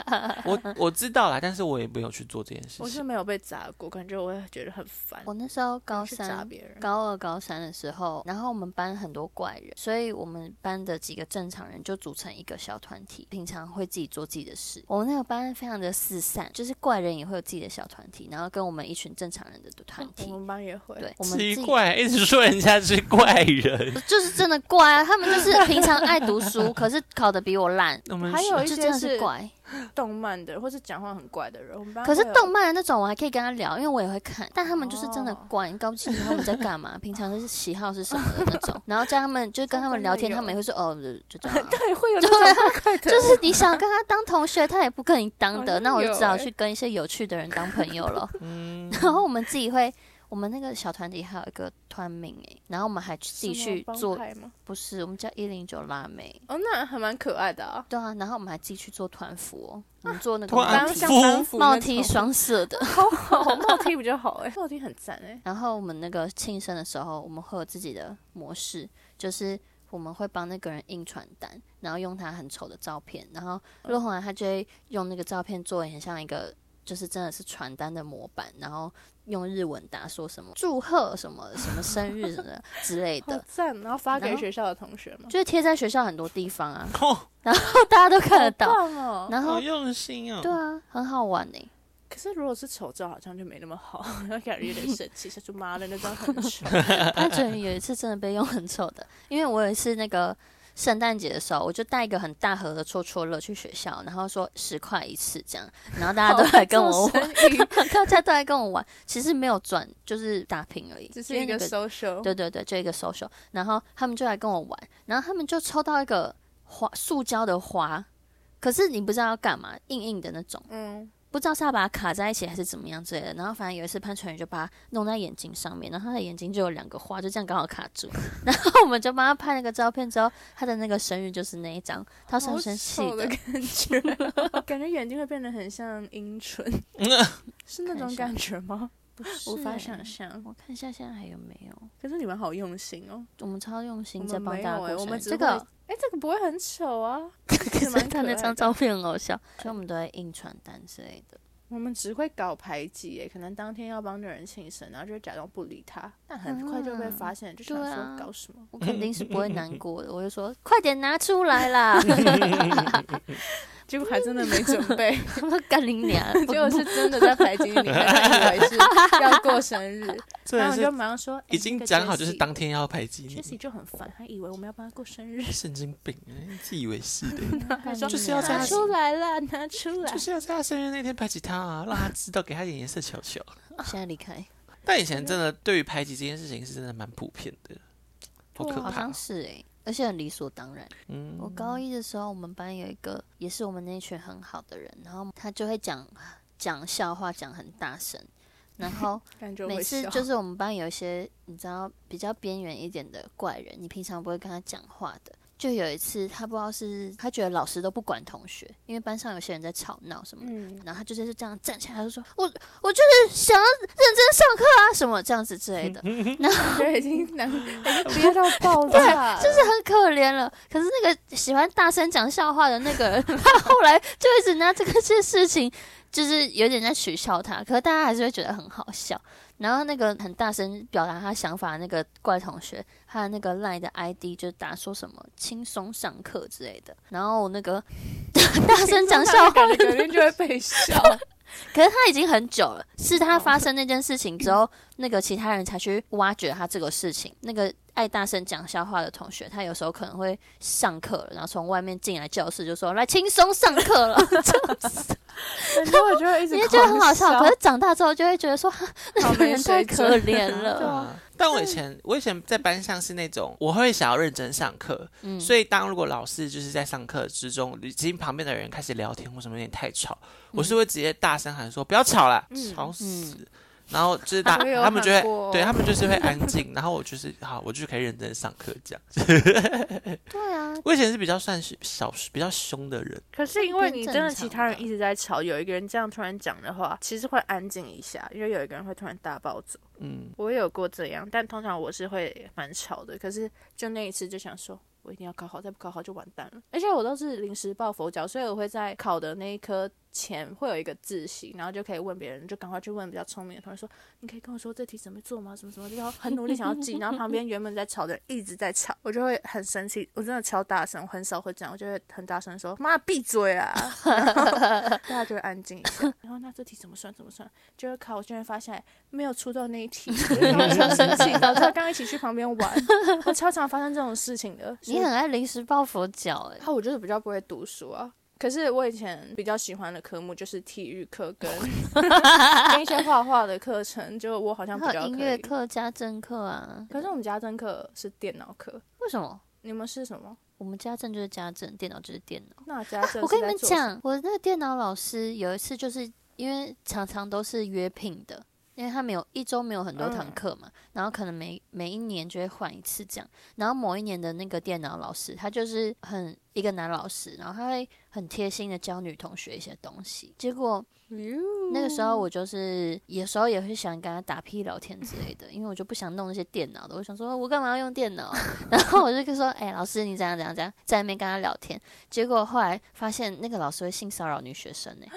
A: 我我知道啦，但是我也没有去做这件事
B: 我是
A: 情。
B: 没有被砸过，感觉我也觉得很烦。
C: 我那时候高
B: 去砸
C: 三。
B: 别人，
C: 高二、高三的时候，然后我们班很多怪人，所以我们班的几个正常人就组成一个小团体，平常会自己做自己的事。我们那个班非常的四散，就是怪人也会有自己的小团体，然后跟我们一群正常人的团
B: 我
C: 体。
B: 们班也会。
C: 对，我们自
A: 奇
C: 己
A: 怪，一直说人家是怪人。
C: 就是真的怪啊！他们就是平常爱读书，可是考的比我烂，
A: 我们
B: 还
A: 是
B: 有一
C: 这
B: 些
C: 真的是怪。
B: 动漫的，或是讲话很怪的人，我们班
C: 可是
B: 啊会有
C: 动漫的那种我还可以跟他聊，因为我也会看，但他们就是真的
B: 哦
C: 怪，你搞不清楚他们在干嘛，平常的喜好是什么的那 种。然后叫他们就跟他们聊
B: 真
C: 天，
B: 的有
C: 他们也会说哦，就就这样啊。
B: 对会有
C: 对
B: 那种怪怪的，
C: 就是你想跟他当同学，他也不跟你当的，
B: 好像
C: 那我就只好
B: 有欸
C: 去跟一些有趣的人当朋友 了。
A: 嗯，
C: 然后我们自己会，我们那个小团体还有一个团名诶，然后我们还去自己
B: 什么
C: 去
B: 帮
C: 做，
B: 派吗？
C: 不是我们叫一零九辣妹，
B: 哦，那还蛮可爱的 啊，
C: 对啊，然后我们还自己去做团服哦，我们做那个
A: 团
C: 帽
B: 班
A: 服
B: 像
C: 体
B: 班服
C: 帽
B: 那
C: 体
B: 种
C: 双色的。
B: 哦， 帽 T 比较好哎，帽 T 很赞哎，
C: 然后我们那个庆生的时候，我们会有自己的模式，就是我们会帮那个人印传单，然后用他很丑的照片，然后陆红兰她就会用那个照片做很像一个。就是真的是传单的模板，然后用日文打说什么祝贺什么什么生日什么 的之类
B: 好
C: 的，
B: 赞，然后发
C: 然
B: 给
C: 后
B: 学校的同学嘛，
C: 就是贴在学校很多地方啊，
A: 哦，
C: 大家都看得到。
B: 棒哦。
C: 然
A: 好
C: 后
A: 用心哦。
C: 对啊，很好玩呢、
B: 可是如果是丑照，好像就没那么好， 然后感觉有点生气，想说妈的那张很丑，
C: 潘哲宇有一次真的被用很丑的，因为我有一次那个圣诞节的时候，我就带一个很大盒的戳戳乐去学校，然后说十块一次这样，然后大家都来跟我
B: 好做
C: 玩，
B: 生 意
C: 大家都来跟我玩，其实没有赚，就是打平而已，
B: 只是
C: 因为
B: 一个
C: 那
B: social，
C: 对对对，就一个 social，然后他们就来跟我玩，然后他们就抽到一个花塑胶的花，可是你不知道要干嘛，硬硬的那种。
B: 嗯，
C: 不知道是要把它卡在一起还是怎么样之类的。然后反正有一次潘传宇就把它弄在眼睛上面，然后他的眼睛就有两个花，就这样刚好卡 住。然后我们就帮他拍那个照片之后，他的那个生日就是那一张，他是
B: 好
C: 很生气
B: 丑的感觉，感觉眼睛会变得很像樱唇，
A: 嗯
B: 是那
C: 看一
B: 种
C: 下
B: 感觉吗？
C: 不是
B: 无法
C: 欸
B: 想象。
C: 我看一下现在还有没有，
B: 可是你们好用心哦，
C: 我们超用
B: 我
C: 心在
B: 们
C: 帮
B: 没
C: 大家
B: 有哎，
C: 过生日。
B: 我们只
C: 这
B: 会
C: 个
B: 哎，这个不会很丑啊，
C: 可
B: 其实
C: 是
B: 蛮
C: 他那
B: 可爱
C: 张
B: 的
C: 照片很好笑，所以我们都会印传单之类的。
B: 我们只会搞排挤耶，可能当天要帮那人庆生，然后就会假装不理他，但很快就被发现，就想
C: 对啊
B: 说搞什么？
C: 我肯定是不会难过的，我就说快点拿出来啦！
B: 结果还真的没准 备，
C: 他们干你 娘！不
B: 结果是真的在排挤 你，还以为是要过生日，
A: 真的
B: 然后我就是马上说，哎
A: 已经讲好，就是当天要排挤
B: 那个 Jessie- Jessie
A: 你。
B: 就很烦，他以为我们要帮他过生日，
A: 神经病，哎自以为是的，
B: 还说
A: 就是要这样
B: 拿
A: 子
B: 出来啦，拿出来
C: 啊
A: 就。是要在他生日那天排挤他啊，让他知道，给他一点颜色瞧瞧。
C: 现在离开，
A: 但以
C: 啊
A: 前真的对于排挤这件事情是真的蛮普遍的，好可
C: 啊好
A: 怕
C: 像。是诶、而且很理所当然。
A: 嗯，
C: 我高一的时候，我们班有一个也是我们那一群很好的人，然后他就会讲讲笑话，讲很大声。然后
B: 感觉我
C: 每
B: 会
C: 次
B: 笑
C: 就是我 们班有一些你知道比较边缘一点的怪人，你平常不会跟他讲话的。就有一次，他不知道是他觉得老师都不管同学，因为班上有些人在吵闹什么的，
B: 嗯，
C: 然后他就是这样站起来，他就说：“我我就是想要认真上课啊，什么这样子之类的。”
B: 感觉已经 难，已经憋到爆炸，就是
C: 很可怜了。可是那个喜欢大声讲笑话的那个人， 他后来就一直拿这个些事情，就是有点在取笑他。可是大家还是会觉得很好笑。然后那个很大声表达他想法的那个怪同学，他的那个 line 的 ID 就打说什么“轻松上课”之类的。然后我那个 大声讲笑话
B: 感觉肯定就会被笑。
C: 可是他已经很久了，是他发生那件事情之后，那个其他人才去挖掘他这个事情。那个爱大声讲笑话的同学，他有时候可能会上课了，然后从外面进来教室就说：“来轻松上课了。
B: 感觉我就 会一”直
C: 你就觉得很好
B: 狂
C: 笑，可是长大之后就会觉得说：“哈，那
B: 好
C: 个
B: 没
C: 人
B: 水
C: 太
B: 准
C: 可怜
A: 对
C: 了。
A: 啊。但我以前，我以前在班上是那种，我会想要认真上课，”
C: 嗯，
A: 所以当如果老师就是在上课之中，已经旁边的人开始聊天或什么有点太吵，我是会直接大声喊说不要吵啦，
B: 嗯
A: 吵死！然后就是 大
B: 我也有
A: 他们就会
B: 喊过
A: 对他们就是会安静，然后我就是好，我就可以认真上课这样。
C: 对啊，
A: 我以前是比较算是小比较凶的人，
B: 可是因为你真的
C: 正常
B: 其他人
C: 吧
B: 一直在吵，有一个人这样突然讲的话，其实会安静一下，因为有一个人会突然大暴走。
A: 嗯，
B: 我也有过这样，但通常我是会蛮吵的。可是就那一次就想说，我一定要考好，再不考好就完蛋了。而且我都是临时抱佛脚，所以我会在考的那一科前会有一个自习，然后就可以问别人，就赶快去问比较聪明的同学说，你可以跟我说这题怎么做吗？什么什么，就要很努力想要记。然后旁边原本在吵的人一直在吵，我就会很生气，我真的超大声，我很少会这样，我就会很大声说，妈闭嘴啊！然后大家就会安静一下。 然后那这题怎么算？怎么算？就会考，我居然发现没有出到那一题，然后我超生气的。他刚一起去旁边玩，我超常发生这种事情的。
C: 你很爱临时抱佛脚哎、
B: 然啊后我就是比较不会读书啊。可是我以前比较喜欢的科目就是体育课 跟跟一些画画的课程，就我好像比
C: 还有
B: 较
C: 音
B: 可
C: 乐
B: 以。
C: 课、家政课啊。
B: 可是我们家政课是电脑课，
C: 为什么？
B: 你们是什么？
C: 我们家政就是家政，电脑就是电脑。
B: 那家政、
C: 我跟你们，讲，我那个电脑老师有一次就是因为常常都是约聘的，因为他没有一周没有很多堂
B: 嗯
C: 课嘛，然后可能每每一年就会换一次这样。然后某一年的那个电脑老师，他就是很一个男老师，然后他会很贴心的教女同学一些东西。结果 那个时候我就是有时候也会想跟他打屁聊天之类的，因为我就不想弄那些电脑的，我想说我干嘛要用电脑？啊 然后我就跟说，哎、老师你怎样怎样怎样，在那边跟他聊天。结果后来发现那个老师会性骚扰女学生欸呢、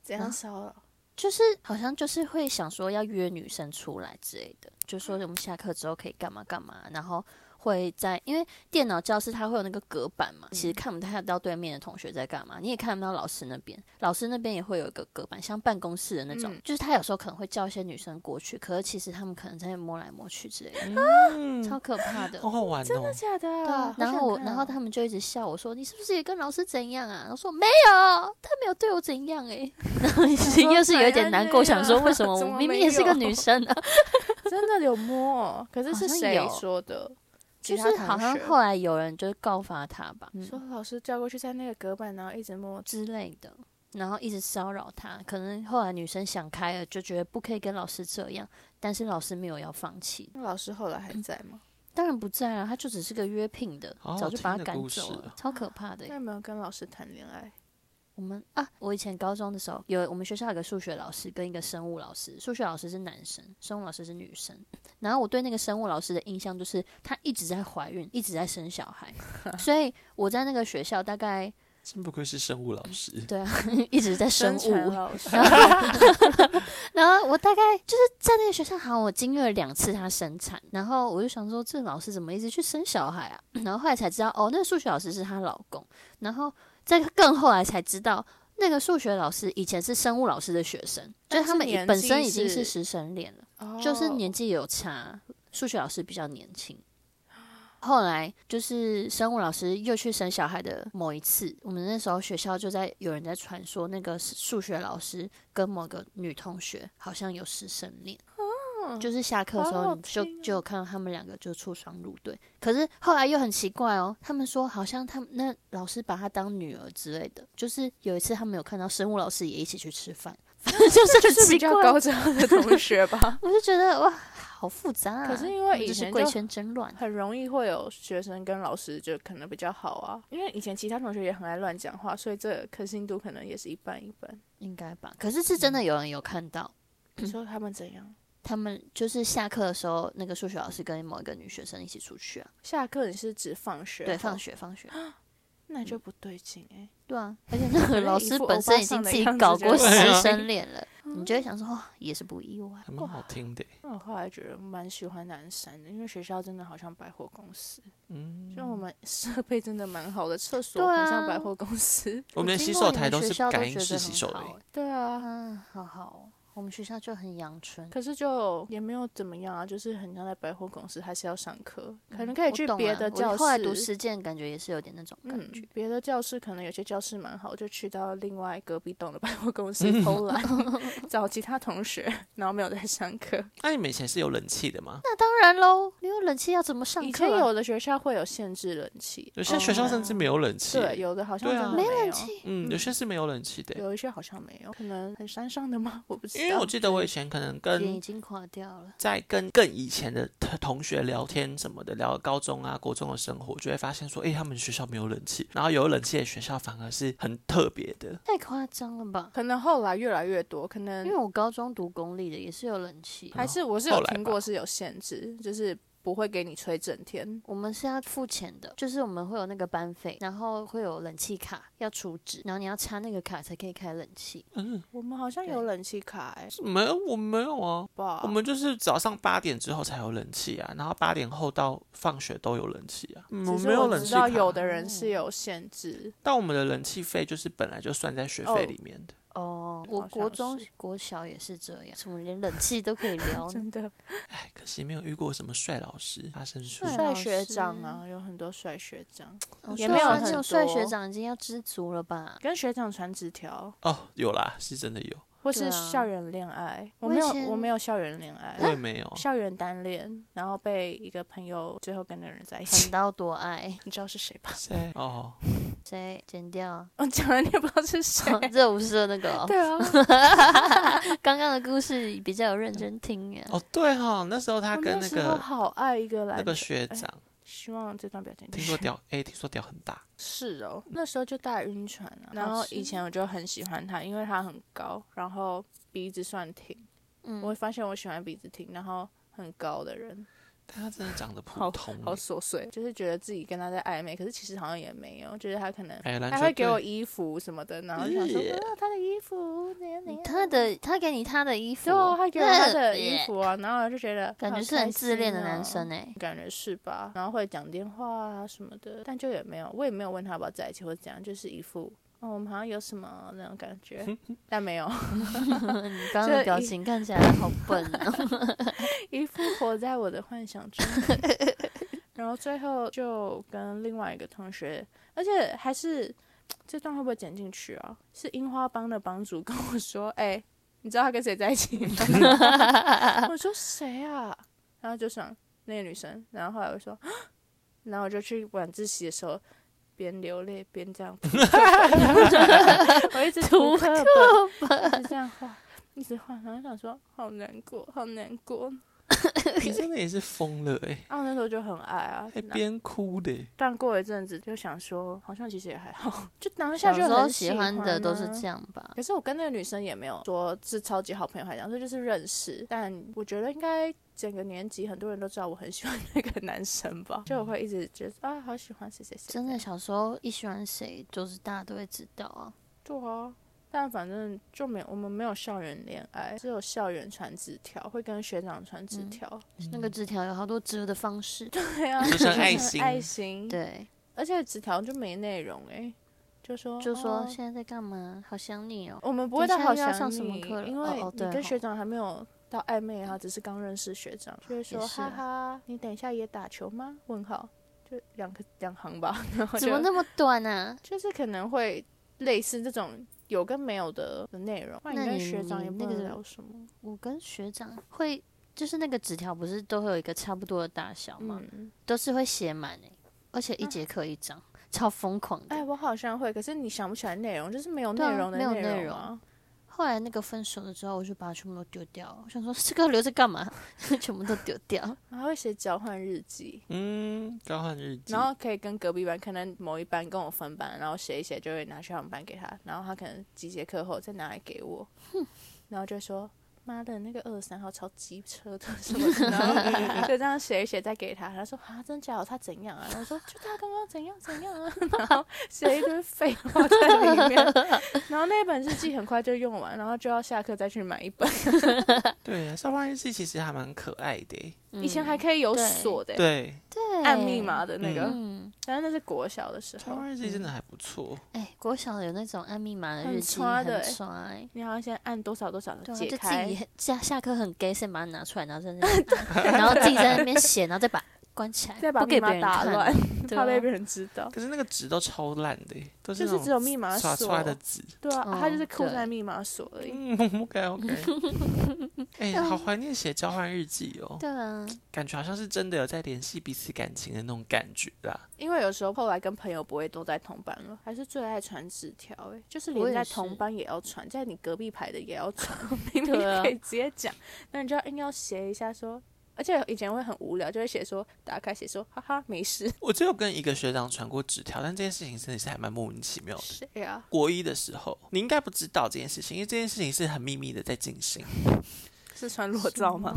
B: 怎
C: 啊
B: 样骚扰？
C: 就是好像就是会想说要约女生出来之类的，就说我们下课之后可以干嘛干嘛，然后会在因为电脑教室它会有那个隔板嘛，其实看不太到对面的同学在干嘛，你也看不到老师那边，老师那边也会有一个隔板，像办公室的那种，
B: 嗯
C: 就是他有时候可能会叫一些女生过去，可是其实他们可能在摸来摸去之类的，
A: 嗯
B: 嗯
C: 超可 怕的。
A: 好好玩哦。
B: 假的
C: 对啊
B: 啊？
C: 然
B: 好想
C: 后我，
B: 看
C: 然后
B: 哦
C: 他们就一直笑我说：“你是不是也跟老师怎样啊？”我说：“没有，他没有对我怎样诶、 然后已经又是有一点难过，
B: 想
C: 想
B: 说
C: 说为什么
B: 啊怎
C: 我
B: 么
C: 明明
B: 没
C: 也是个
B: 有
C: 女生啊？
B: 真的有摸哦，可是
C: 好
B: 是
C: 像
B: 谁
C: 有
B: 说的？
C: 就
B: 其他
C: 是
B: 同
C: 好像
B: 学
C: 后来有人就是告发他吧、嗯
B: 说老师叫过去在那个隔板，然后一直摸。
C: 之类的，然后一直骚扰他。可能后来女生想开了，就觉得不可以跟老师这样，但是老师没有要放弃，
B: 那老师后来还在吗？
C: 当然不在了，啊他就只是个约聘的，
A: 好好
C: 早就把
A: 哦听
C: 他
A: 的
C: 赶
A: 故
C: 走
A: 事
C: 了
A: 啊，
C: 超可怕的欸、
B: 那有没有跟老师谈恋爱？
C: 我们啊，我以前高中的时候有我们学校有个数学老师跟一个生物老师，数学老师是男生，生物老师是女生。然后我对那个生物老师的印象就是她一直在怀孕，一直在生小孩，所以我在那个学校大概
A: 真不愧是生物老师，
C: 对啊一直在生
B: 传
C: 物，
B: 老师，
C: 然后我大概就是在那个学校，好像我经历了两次她生产，然后我就想说，这老师怎么一直去生小孩啊？ 然后后来才知道，哦，那个数学老师是她老公，然后再更后来才知道，那个数学老师以前是生物老师的学生，就
B: 但
C: 是
B: 是
C: 他们已
B: 年纪
C: 本身已经
B: 是
C: 是师生恋了，
B: 哦
C: 就是年纪有差，数学老师比较年轻。后来就是生物老师又去生小孩的某一次，我们那时候学校就在有人在传说那个数学老师跟某个女同学好像有师生恋，就是下课的时
B: 哦好
C: 候
B: 好
C: 你就
B: 听哦
C: 就有看到他们两个就出双入对。可是后来又很奇怪哦，他们说好像他们那老师把她当女儿之类的，就是有一次他们有看到生物老师也一起去吃饭，反 正就是很
B: 是
C: 奇
B: 比较
C: 怪。。
B: 高招的同学吧
C: 我就觉得哇，好复杂、啊。
B: 可是因为以
C: 就
B: 前
C: 是
B: 就
C: 贵圈真乱，
B: 很容易会有学生跟老师就可能比较好啊，因为以前其他同学也很爱乱讲话，所以这个可信度可能也是一半一半。
C: 应该吧？可是是真的有人有看到，嗯
B: 你说他们怎样？
C: 他们就是下课的时候，那个数学老师跟某一个女学生一起出去啊，
B: 下课你是指放学？
C: 对，放，学嗯放学，
B: 那就不对劲哎、
C: 对啊，而且那个
B: 正
C: 老
B: 一
C: 师
B: 副欧
C: 本
B: 巴
C: 身已
B: 桑
C: 经
B: 的
C: 自己
B: 样子
C: 搞
B: 就
C: 过
B: 对啊
C: 师生恋了，你就会想说，哦，也是不意外。
A: 还蛮好听的。
B: 那我后来觉得蛮喜欢南山的，因为学校真的好像百货公司，
A: 嗯，
B: 就我们设备真的蛮好的，厕所
C: 对啊
B: 很像百货公司。
A: 我们连洗
C: 经过
A: 手
C: 你
A: 台都
C: 学
A: 是
C: 校
A: 感
C: 觉
A: 应
C: 得
A: 式洗
C: 很
A: 手的
C: 好
A: 欸
C: 欸，
B: 对啊，
C: 嗯，好好哦，我们学校就很阳春。
B: 可是就也没有怎么样啊，就是很像在百货公司，还是要上课，可能
C: 嗯
B: 可以
C: 我
B: 去
C: 懂
B: 别
C: 啊
B: 的
C: 我
B: 教室。
C: 后来读实践，感觉也是有点那种感
B: 嗯
C: 觉。，
B: 别的教室可能有些教室蛮好，就去到另外隔壁栋的百货公
C: 嗯
B: 司偷懒， 找其他同学，然后没有在上课。
A: 那你们以前是有冷气的
B: 哦
A: 吗？
C: 那当然喽，没有冷气要怎么上
B: 以
C: 课
B: 前
C: 啊？
B: 有的学校会有限制冷气，嗯
A: 有些学校甚至没有冷气。
B: 对，有嗯的好像
A: 对
B: 真
A: 啊
B: 的
A: 没
B: 有
C: 冷气，
A: 嗯，有些是没有冷气的欸。
B: 有一些好像没有，可能很山上的吗？我不知道。
A: 因为我记得我以前可能
C: 脸
A: 跟
C: 已经垮掉了。
A: 在跟更以前的同同学聊天什么的，聊高中啊、国中的生活，就会发现说，诶，他们学校没有冷气，然后有冷气的学校反而是很特别的。
C: 太夸张了吧？
B: 可能后来越来越多，可
C: 因为
B: 能
C: 我高中读公立的，也是有冷气。
B: 还是我是
A: 后
B: 有
A: 来
B: 听
A: 吧
B: 过是有限制，就是不会给你吹整天。
C: 我们是要付钱的，就是我们会有那个班费，然后会有冷气卡要储值，然后你要插那个卡才可以开冷气。
B: 我们好像有冷气卡哎、欸，
A: 没有，我没有啊。
B: 吧？
A: 我们就是早上八点之后才有冷气啊，然后八点后到放学都有冷气啊。嗯，
B: 只是
A: 没有
B: 我
A: 冷
B: 知
A: 气卡
B: 道，有的人是有限制，
A: 但我们的冷气费就是本来就算在学
B: 哦
A: 费里面的。
C: 哦，我
B: 好像
C: 国中
B: 是、
C: 国小也是这样，怎么连冷气都可以 聊呢？
B: 真的
A: 哎，可惜没有遇过什么帅老师发生书。
C: 帅
B: 帅
C: 老
B: 学
C: 师
B: 长啊，有很多帅学长，
C: 哦
B: 也
C: 帅
B: 没有
C: 啊这
B: 很
C: 种帅
B: 多
C: 学长已经要知足了 吧？
B: 跟学长传纸条，
A: 哦，有啦，是真的有，
B: 或是
C: 对啊
B: 校园恋爱。我
C: 我
B: 没
C: 以
B: 有，
C: 前
B: 我没有校园恋爱，
A: 我也没有。
B: 校园单恋，然后被一个朋友最后跟那个人在一
C: 横
B: 起，
C: 刀夺爱，
B: 你知道是谁吧？
A: 谁？哦，
C: 谁剪 掉？
B: 我讲了你也不知道是谁。
A: 嗯
C: 热舞社那个哦、
B: 对啊，
C: 刚刚的故事比较有认真听呀。
A: 哦，对哈、那时候他
B: 我
A: 跟
B: 哦那
A: 那
B: 时候
A: 个
B: 好哎爱一个
A: 那
B: 篮
A: 个
B: 球，
A: 学长，
B: 希望这段表情
A: 听说屌，哎，听说屌很大，
B: 是哦，那时候就大晕船啊。然后以前我就很喜欢他，因为他很高，然后鼻子算挺。
C: 嗯，
B: 我会发现我喜欢鼻子挺，然后很高的人，
A: 但他真的长得
B: 好
A: 普通欸。
B: 好琐碎，就是觉得自己跟他在暧昧，可是其实好像也没有，就是他可能
A: 哎，篮
B: 他
A: 球
B: 会给
A: 队
B: 我衣服什么的，然后就想说、
A: 耶
B: 啊、他的衣服怎样怎样，
C: 他的他给你他的衣服，
B: 对啊，他给我他的衣
C: 呃
B: 服啊，然后我就觉得
C: 感
B: 好
C: 觉是很
B: 开
C: 自恋的
B: 心哦
C: 男 生哎、
B: 感觉是吧？然后会讲电话啊什么的，但就也没有，我也没有问他要不要在一起或者怎样，就是一副哦，我们好像有什么那种感觉，但没有，
C: 你刚刚的表情看起来 好笨哦。
B: 一副活在我的幻想中。 然后最后就跟另外一个同学，而且还是这段会不会剪进去啊？是樱花帮的帮主跟我说，哎、你知道他跟谁在一起吗？ 我说谁啊？然后就想那个女生，然后后来我说，啊然后我就去晚自习的时候。边流泪边这样涂课本， 我一直涂课本，一直这样画，一直画，然后想说好难过，好难过。
A: 你哎真的也是疯了哎、欸，
B: 啊，我那时候就很爱啊，
A: 还
B: 那
A: 哎边哭的欸、
B: 但过一阵子就想说，好像其实也还好， 就当下
C: 小
B: 就
C: 时候
B: 很
C: 喜
B: 欢
C: 欢的都是
B: 啊
C: 这样吧。
B: 可是我跟那个女生也没有说是超级好朋友，还讲说就是认识，但我觉得应该整个年级很多人都知道我很喜欢那个男生吧，就我会一直觉得啊，好喜欢谁谁谁，
C: 真的，小时候一喜欢谁，就是大家都会知道啊。
B: 对啊。但反正就没，我们没有校园恋爱，只有校园传纸条，会跟学长传纸
C: 嗯
B: 条。
C: 那个纸条有好多折的方式，
B: 对啊，
A: 就像
B: 是
A: 爱
B: 很
A: 心
B: 爱心。，
C: 对，
B: 而且纸条就没内容哎、就说
C: 就说
B: 哦
C: 现在在干嘛，好想你哦。
B: 我们不会到
C: 等
B: 好
C: 一下又要
B: 想
C: 上
B: 你，
C: 什么课了
B: 因
C: 哦
B: 为
C: 哦
B: 你
C: 对
B: 跟
C: 吼
B: 学长还没有到暧昧啊，只是刚认识学长，就会说
C: 也是
B: 哈哈，你等一下也打球吗？问号，就两个两行吧， 然后
C: 怎么
B: 就
C: 那么短啊？
B: 就是可能会类似这种有跟没有的的内容，不然
C: 那
B: 你跟
C: 你
B: 学长也
C: 你
B: 不
C: 那
B: 能
C: 个
B: 聊什么，
C: 我跟学长会，就是那个纸条不是都会有一个差不多的大小吗？
B: 嗯，啊
C: 都是会写满诶，而且一节课一张，超疯狂
B: 哎，
C: 的。
B: 我好像会，可是你想不起来内容，就是没有
C: 对啊
B: 内容的
C: 没有内
B: 内
C: 容
B: 啊，
C: 后来那个分手了之后，我就把它全部都丢掉了。我想说这个留着干嘛？ 全部都丢掉。
B: 然后会写交换日记。
A: 嗯，交换日记
B: 然。后可以跟隔壁班，可能某一班跟我分班，然后写一写就会拿去他们班给他，然后他可能几节课后再拿来给我，然后就说妈的那个二十三号超机车的什么的，然后就这样写一写再给他，他说啊真假的他怎样啊？然后说就他刚刚怎样怎样啊，然后写一堆废话在里面，然后那本日记很快就用完，然后就要下课再去买一本，
A: 对啊，交换日记其实还蛮可爱的欸、
B: 以前
C: 嗯
B: 还可以有
C: 对
B: 锁的、
A: 对，
C: 对
B: 按密。码的那个，
C: 嗯，
B: 但是那是国小的时
A: 交
B: 候。
A: 换日记真的还不错。
C: 哎、国小有那种按密码的
B: 很
C: 日记，
B: 刷
C: 很
B: 的欸
C: 刷欸
B: 你好像先按多少多少的
C: 对啊，
B: 解
C: 就自
B: 开，
C: 己下下课很 gay，先把它拿出来，然后在那边按，然后自己在那边写，然后再把关起来，
B: 再把
C: 不给
B: 密
C: 别
B: 码打
C: 人看
B: 乱，
C: 对
B: 怕
C: 啊
B: 被别人知道。
A: 可是那个纸都超烂的耶，都
B: 就是
A: 那
B: 只有
A: 种
B: 密码
A: 刷
B: 锁
A: 出来的纸。
B: 对啊，
C: 哦
B: 它就是扣
C: 对
B: 在密码锁而已。
A: 嗯，OK OK。哎、 好
B: 嗯
A: 怀念写交换日记哦，
C: 对啊，
A: 感觉好像是真的有在联系彼此感情的那种感觉啦。
B: 因为有时候后来跟朋友不会都在同班了，还是最爱传纸条哎，就是
C: 我
B: 连
C: 也
B: 在
C: 是
B: 同班也要传，在你隔壁排的也要 传，明明
C: 对啊
B: 可以直接讲，那你就要硬要写一下说，而且以前会很无聊，就会写说打开写说哈哈没事，
A: 我只有跟一个学长传过纸条，但这件事情真的是还蛮莫名其
C: 哦
A: 妙的。
B: 谁呀？
C: 啊
A: 国一的时候，你应该不知道这件事情，因为这件事情是很秘密的在进行。
B: 是传裸照吗？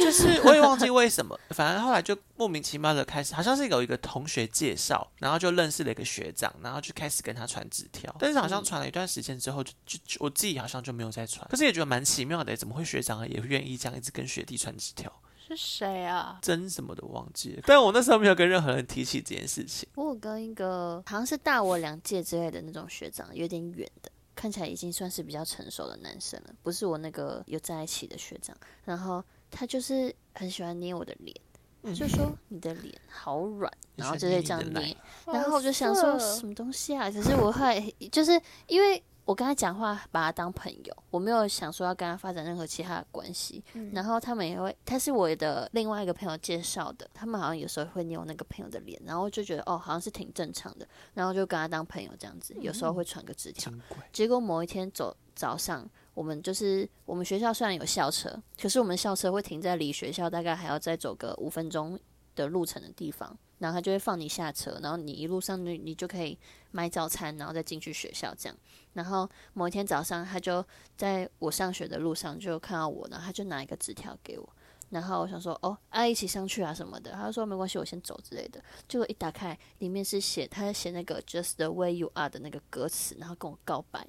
A: 就是我也忘记为什么，反正后来就莫名其妙的开始，好像是有一个同学介绍，然后就认识了一个学长，然后就开始跟他传纸条，但是好像
C: 嗯
A: 传了一段时间之后，就就就我自己好像就没有再传，可是也觉得蛮奇妙的，欸怎么会学长也愿意这样一直跟学弟传纸条，
B: 是谁啊？
A: 真什么的忘记了，但我那时候没有跟任何人提起这件事情，
C: 我有跟一个好像是大我两届之类的那种学长，有点远的，看起来已经算是比较成熟的男生了，不是我那个有在一起的学长。然后他就是很喜欢捏我的脸，他就说你的脸好软，然后就
A: 学
C: 是
A: 弟
C: 这样
A: 你的
C: 捏
A: 来。
C: 然后我就想说
B: 好色
C: 什么东西啊？可是我后来就是因为我跟他讲话，把他当朋友，我没有想说要跟他发展任何其他的关系。
B: 嗯
C: 然后他们也会，他是我的另外一个朋友介绍的，他们好像有时候会扭那个朋友的脸，然后就觉得哦，好像是挺正常的，然后就跟他当朋友这样子，有
B: 嗯
C: 时候会传个纸条。
A: 真怪，
C: 结果某一天走早上，我们就是我们学校虽然有校车，可是我们校车会停在离学校大概还要再走个五分钟的路程的地方，然后他就会放你下车，然后你一路上你你就可以买早餐，然后再进去学校这样。然后某一天早上，他就在我上学的路上就看到我，然后他就拿一个纸条给我。然后我想说，哦，啊，一起上去啊什么的。他就说没关系，我先走之类的。结果一打开，里面是写他写那个 “Just the way you are” 的那个歌词，然后跟我告 白。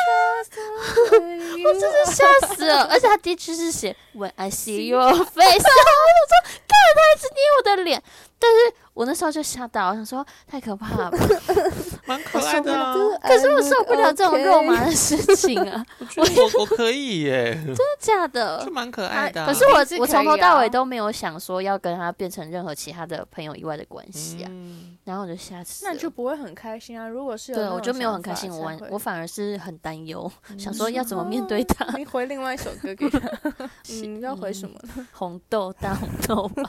B: 我真是
C: 吓死了！而且他的确是写 When I see your face，然后我想说，看他一直捏我的脸，但是我那时候就吓到，我想说太可怕 了吧，
A: 蛮可爱的啊，
B: 哦
C: 可是我受不了这种肉麻的事情啊，
A: 我觉得我我可以耶，
C: 真的假的哎
A: 就？蛮可爱的啊、
C: 呃可是我
B: 一定是
C: 我
B: 可
C: 从头
B: 以
C: 到
B: 啊
C: 尾都没有想说要跟他变成任何其他的朋友以外的关系啊，
A: 嗯，
C: 然后我就吓死 了。
B: 那你就不会很开心啊！如果是有
C: 对，
B: 那种
C: 我就没有很开
B: 想
C: 心，
B: 法
C: 我完
B: 才会 嗯
C: 我反而是很担忧，想说要怎么面对他。
B: 你回另外一首歌给他， 嗯你要回什么呢？
C: 红豆大红豆吧，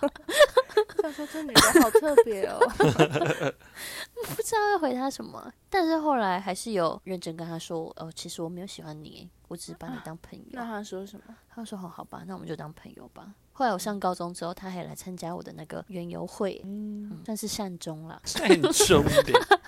B: 他说这女的好特别哦，
C: 不知道要回他什么，但是后来还是有认真跟他说，哦，其实我没有喜欢你，我只是把你当朋友。
B: 那他说什么？
C: 他说，好哦好吧，那我们就当朋友吧。后来我上高中之后，他还来参加我的那个园游会，嗯，算是善终啦。
A: 太凶 的。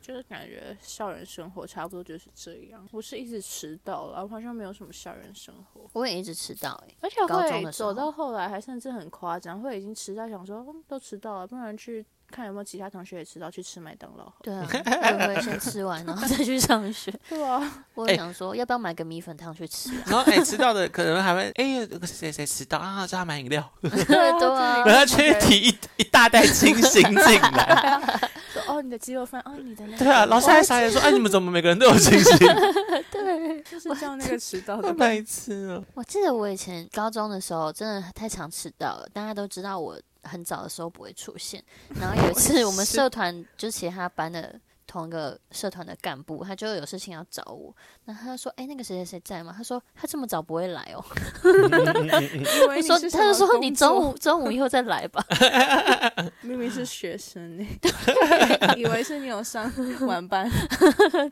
B: 就是感觉校园生活差不多就是这样。我是一直迟到了，我好像没有什么校园生活，
C: 我也一直迟到、欸，
B: 而且
C: 高中
B: 会
C: 的时候
B: 走到后来还甚至很夸张，会已经迟到想说、嗯、都迟到了，不然去看有没有其他同学也迟到去吃麦当劳好了。
C: 对 啊，我也会先吃完，然后再去上学。
B: 对啊，
C: 我也想说，要不要买个米粉汤去 吃啊？
A: 然后哎、迟到的可能还会哎，那个谁谁迟到啊，叫他买饮料，
C: 对啊
A: 然后去提一一大袋清醒进 来。
B: 说哦你的鸡肉饭，哦你的那个，哦
A: 对啊，老师还傻眼说，哎，你们怎么每个人都有清醒？
C: 对，
B: 就是叫那个迟到的
A: 太
B: 吧。
A: 白痴了。
C: 我记得我以前高中的时候真的太常迟到了，大家都知道我很早的时候不会出现。然后有一次我们社团就其他班的同一个社团的干部，他就有事情要找我，然后他就说：“哎、那个谁谁谁在吗？”他说：“他这么早不会来哦。
B: 以”为
C: 他
B: 你
C: 说：“
B: 是什
C: 他就
B: 么
C: 说
B: 工
C: 你
B: 作
C: 中午中午以后再来 吧。
B: 明明是学生 呢、以为是你有上晚班，”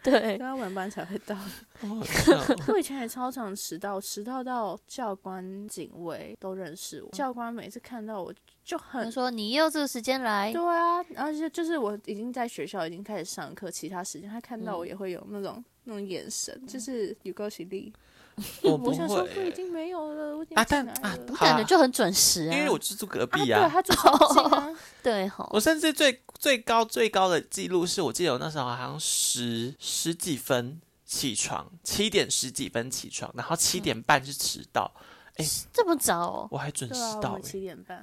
C: 对
B: 都，要晚班才会到。
A: 好好笑 哦
B: 我以前也超常迟到，迟到到教官、警卫都认识我。教官每次看到我就
C: 他
B: 很
C: 说：“你又这个时间来
B: 对。啊，然后就就是我已经在学校已经开始上课，其他时间他看到
C: 嗯
B: 我也会有那种。那种眼神就是有够起立，
A: 我不
B: 我想说我已
A: 会
B: 经没有了，我已经
A: 啊，
B: 进
A: 但
B: 来
A: 啊
B: 了，”
A: 好
C: 感
A: 啊
C: 觉，就很准时
A: 因
C: 啊，
A: 为我就住隔壁
B: 对
A: 啊。
B: 他住超近啊，
C: 对吼，
A: 我甚至最最高最高的记录是我记得我那时候好像十十几分起床，七点十几分起床，然后七点半是迟到，
C: 这么早哦，
A: 我还准
B: 对
A: 时
B: 啊，我
A: 到
B: 们七
A: 欸，
B: 点半，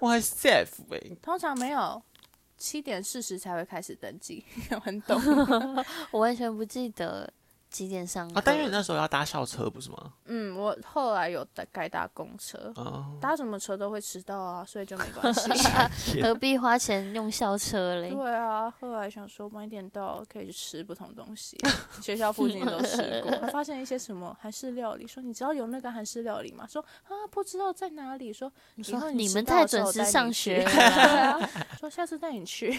A: 我还 safe 哎，
B: 通常没有 七点四十才会开始登记，很懂。
C: 我完全不记得。几点上课？
A: 啊，但因为你那时候要搭校车不是吗？
B: 嗯，我后来有搭改搭公车，
A: 啊，
B: 搭什么车都会迟到啊，所以就没 关系。
C: 何必花钱用校车嘞？
B: 对啊，后来想说晚一点到可以去吃不同东西，学校附近都吃 过，还发现一些什么韩式料理，说你知道有那个韩式料理吗？说啊不知道在哪里，说
C: 你
B: 以后
C: 说
B: 你
C: 们
B: 迟到
C: 太
B: 的时
C: 准
B: 候我
C: 时
B: 带你
C: 上
B: 去
C: 学
B: 对
C: 了啦。
B: 啊，说下次带你 去，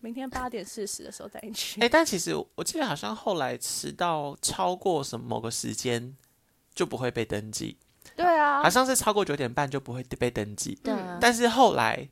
B: 明天八点四十的时候带你去
A: 哎、。但其实我记得好像后来迟到超过什么某个时间就不会被登记，
B: 对啊
A: 好，像是超过九点半就不会被登记。
C: 对啊，
A: 但是后来，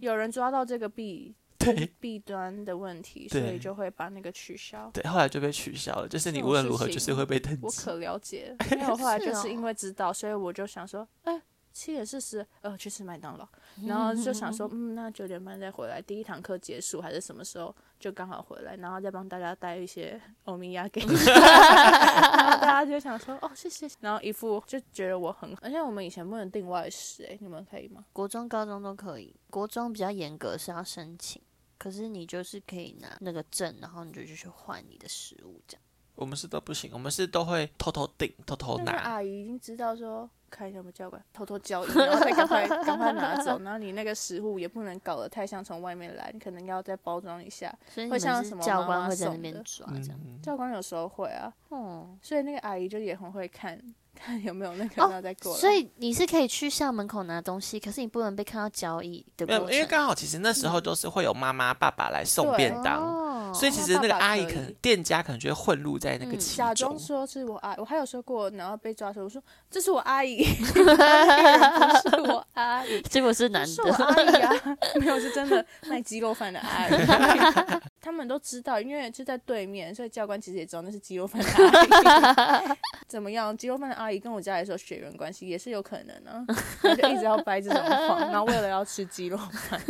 B: 有人抓到这个弊
A: 对
B: 弊端的问题，所
A: 对
B: 以就会把那个取消。
A: 对，后来就被取消了。就是你
B: 这
A: 无
B: 种
A: 论
B: 事
A: 如何
B: 情
A: 就是会被登
B: 我
A: 记。
B: 可了解 了，因为我后来
C: 是
B: 就
C: 哦
B: 是因为知道，所以我就想说，哎、七点四十，呃，去吃麦当劳，然后就想说，嗯，那九点半再回来，第一堂课结束还是什么时候，就刚好回来，然后再帮大家带一些欧米亚 给你，然后大家就想说，哦，谢谢，然后一副就觉得我很，而且我们以前不能订外食、哎，你们可以吗？
C: 国中、高中都可以，国中比较严格是要申请，可是你就是可以拿那个证，然后你就去换你的食物这样。
A: 我们是都不行，我们是都会偷偷订、偷偷
B: 但是
A: 拿。
B: 阿姨已经知道说。看一下我们教官偷偷交易，然后再赶快赶快拿走。然后你那个食物也不能搞得太像从外面来，你可能要再包装一下。
C: 所以你
B: 会
C: 们
B: 像
C: 是
B: 什么
C: 教
B: 妈
C: 官
B: 妈
C: 会在那
B: 送
C: 边
B: 的
C: 抓这样。
A: 嗯，
B: 教官有时候会啊，
C: 哦，
B: 所以那个阿姨就也很会看 看有没有那个
C: 哦
B: 人在过来。
C: 所以你是可以去校门口拿东西，可是你不能被看到交易的
A: 没
C: 过
A: 有，
C: 程。
A: 因为刚好其实那时候都是会有妈妈、爸爸来送
B: 嗯对
A: 便当，
C: 哦，
A: 所以其实那个
B: 爸爸
A: 阿姨
B: 可以
A: 可能店家可能就会混入在那个
C: 嗯
A: 其
B: 假装
A: 中。
B: 说是我阿，我还有说过，然后被抓说，我说这是我阿 姨，那个人不是我阿姨，
C: 结果 是男
B: 是 我
C: 的，
B: 阿姨啊， 没有是真的卖鸡肉饭的阿 姨。他们都知道，因为就在对面，所以教官其实也知道那是鸡肉饭的阿姨。 怎么样？鸡肉饭的阿姨跟我家里是有血缘关系，也是有可能啊。我就一直要掰这种谎，然后为了要吃鸡肉饭，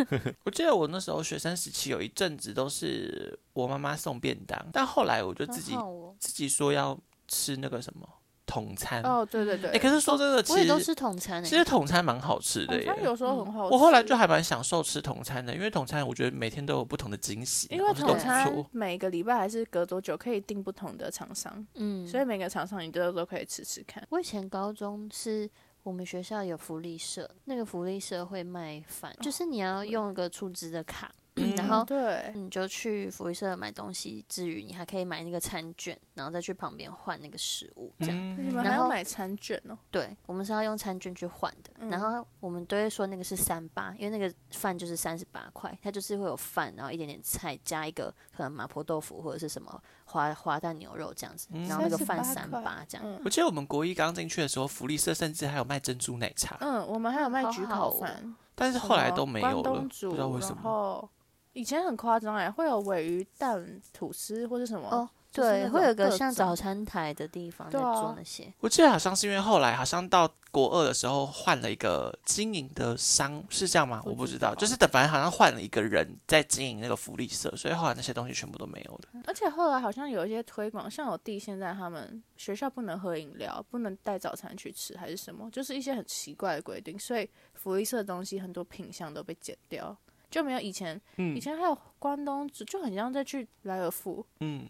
A: 我记得我那时候学生时期有一阵子都是我妈妈送便当，但后来我就自己
C: 好好哦
A: 自己说要吃那个什么统餐。 哎、
B: 哦，对对对，
A: 可是说真的，其
C: 我也都
A: 实
C: 吃统餐欸
A: 其
C: 诶、
A: 实统餐蛮好吃的
B: 好
A: 耶
B: 像。哦有时候很好吃。
A: 嗯我后来就还蛮享受吃统餐的，因为统餐我觉得每天都有不同的惊喜，
B: 因
A: 然
B: 为
A: 后就都
B: 统
A: 不
B: 餐
A: 错。
B: 每个礼拜还是隔多久可以订不同的厂商，
C: 嗯，
B: 所以每个厂商你都都可以吃吃看。
C: 我以前高中是我们学校有福利社，那个福利社会卖饭，就是你要用一个出资的卡，嗯然后
B: 嗯对，
C: 你就去福利社买东西之余，你还可以买那个餐券，然后再去旁边换那个食物，这样。
B: 你
A: 嗯，
B: 们
C: 然
B: 还
C: 后
B: 要买餐券哦。
C: 对，我们是要用餐券去换的，然后我们都会说那个是三八，因为那个饭就是三十八块，它就是会有饭，然后一点点菜，加一个可能麻婆豆腐或者是什么花花蛋牛肉这样子，然后那个饭三
B: 38块
C: 八这样。
A: 我记得我们国一刚进去的时候，福利社甚至还有卖珍珠奶茶，
B: 嗯，我们还有卖
C: 好
B: 焗
C: 好
B: 烤
C: 哦
B: 饭，
A: 但是后来都没有
B: 关
A: 了，
B: 东
A: 不
B: 煮，
A: 知道为什
B: 然
A: 么。
B: 后以前很夸张哎，会有尾鱼蛋吐司或是什么。
C: 哦，
B: 就是那
C: 对，
B: 种
C: 会有个
B: 各
C: 像
B: 种
C: 早餐台的地方
B: 对
C: 在
B: 啊
C: 做那些。
A: 我记得好像是因为后来好像到国二的时候换了一个经营的商，是这样吗？
B: 不
A: 我不
B: 知
A: 知道，
B: 道
A: 就是等反正好像换了一个人在经营那个福利社，所以后来那些东西全部都没有了。
B: 而且后来好像有一些推广，像我弟现在他们学校不能喝饮料，不能带早餐去吃，还是什么，就是一些很奇怪的规定，所以福利社的东西很多品相都被剪掉，就没有以前，以前还有关东煮，就很像在去莱尔富，
A: 嗯，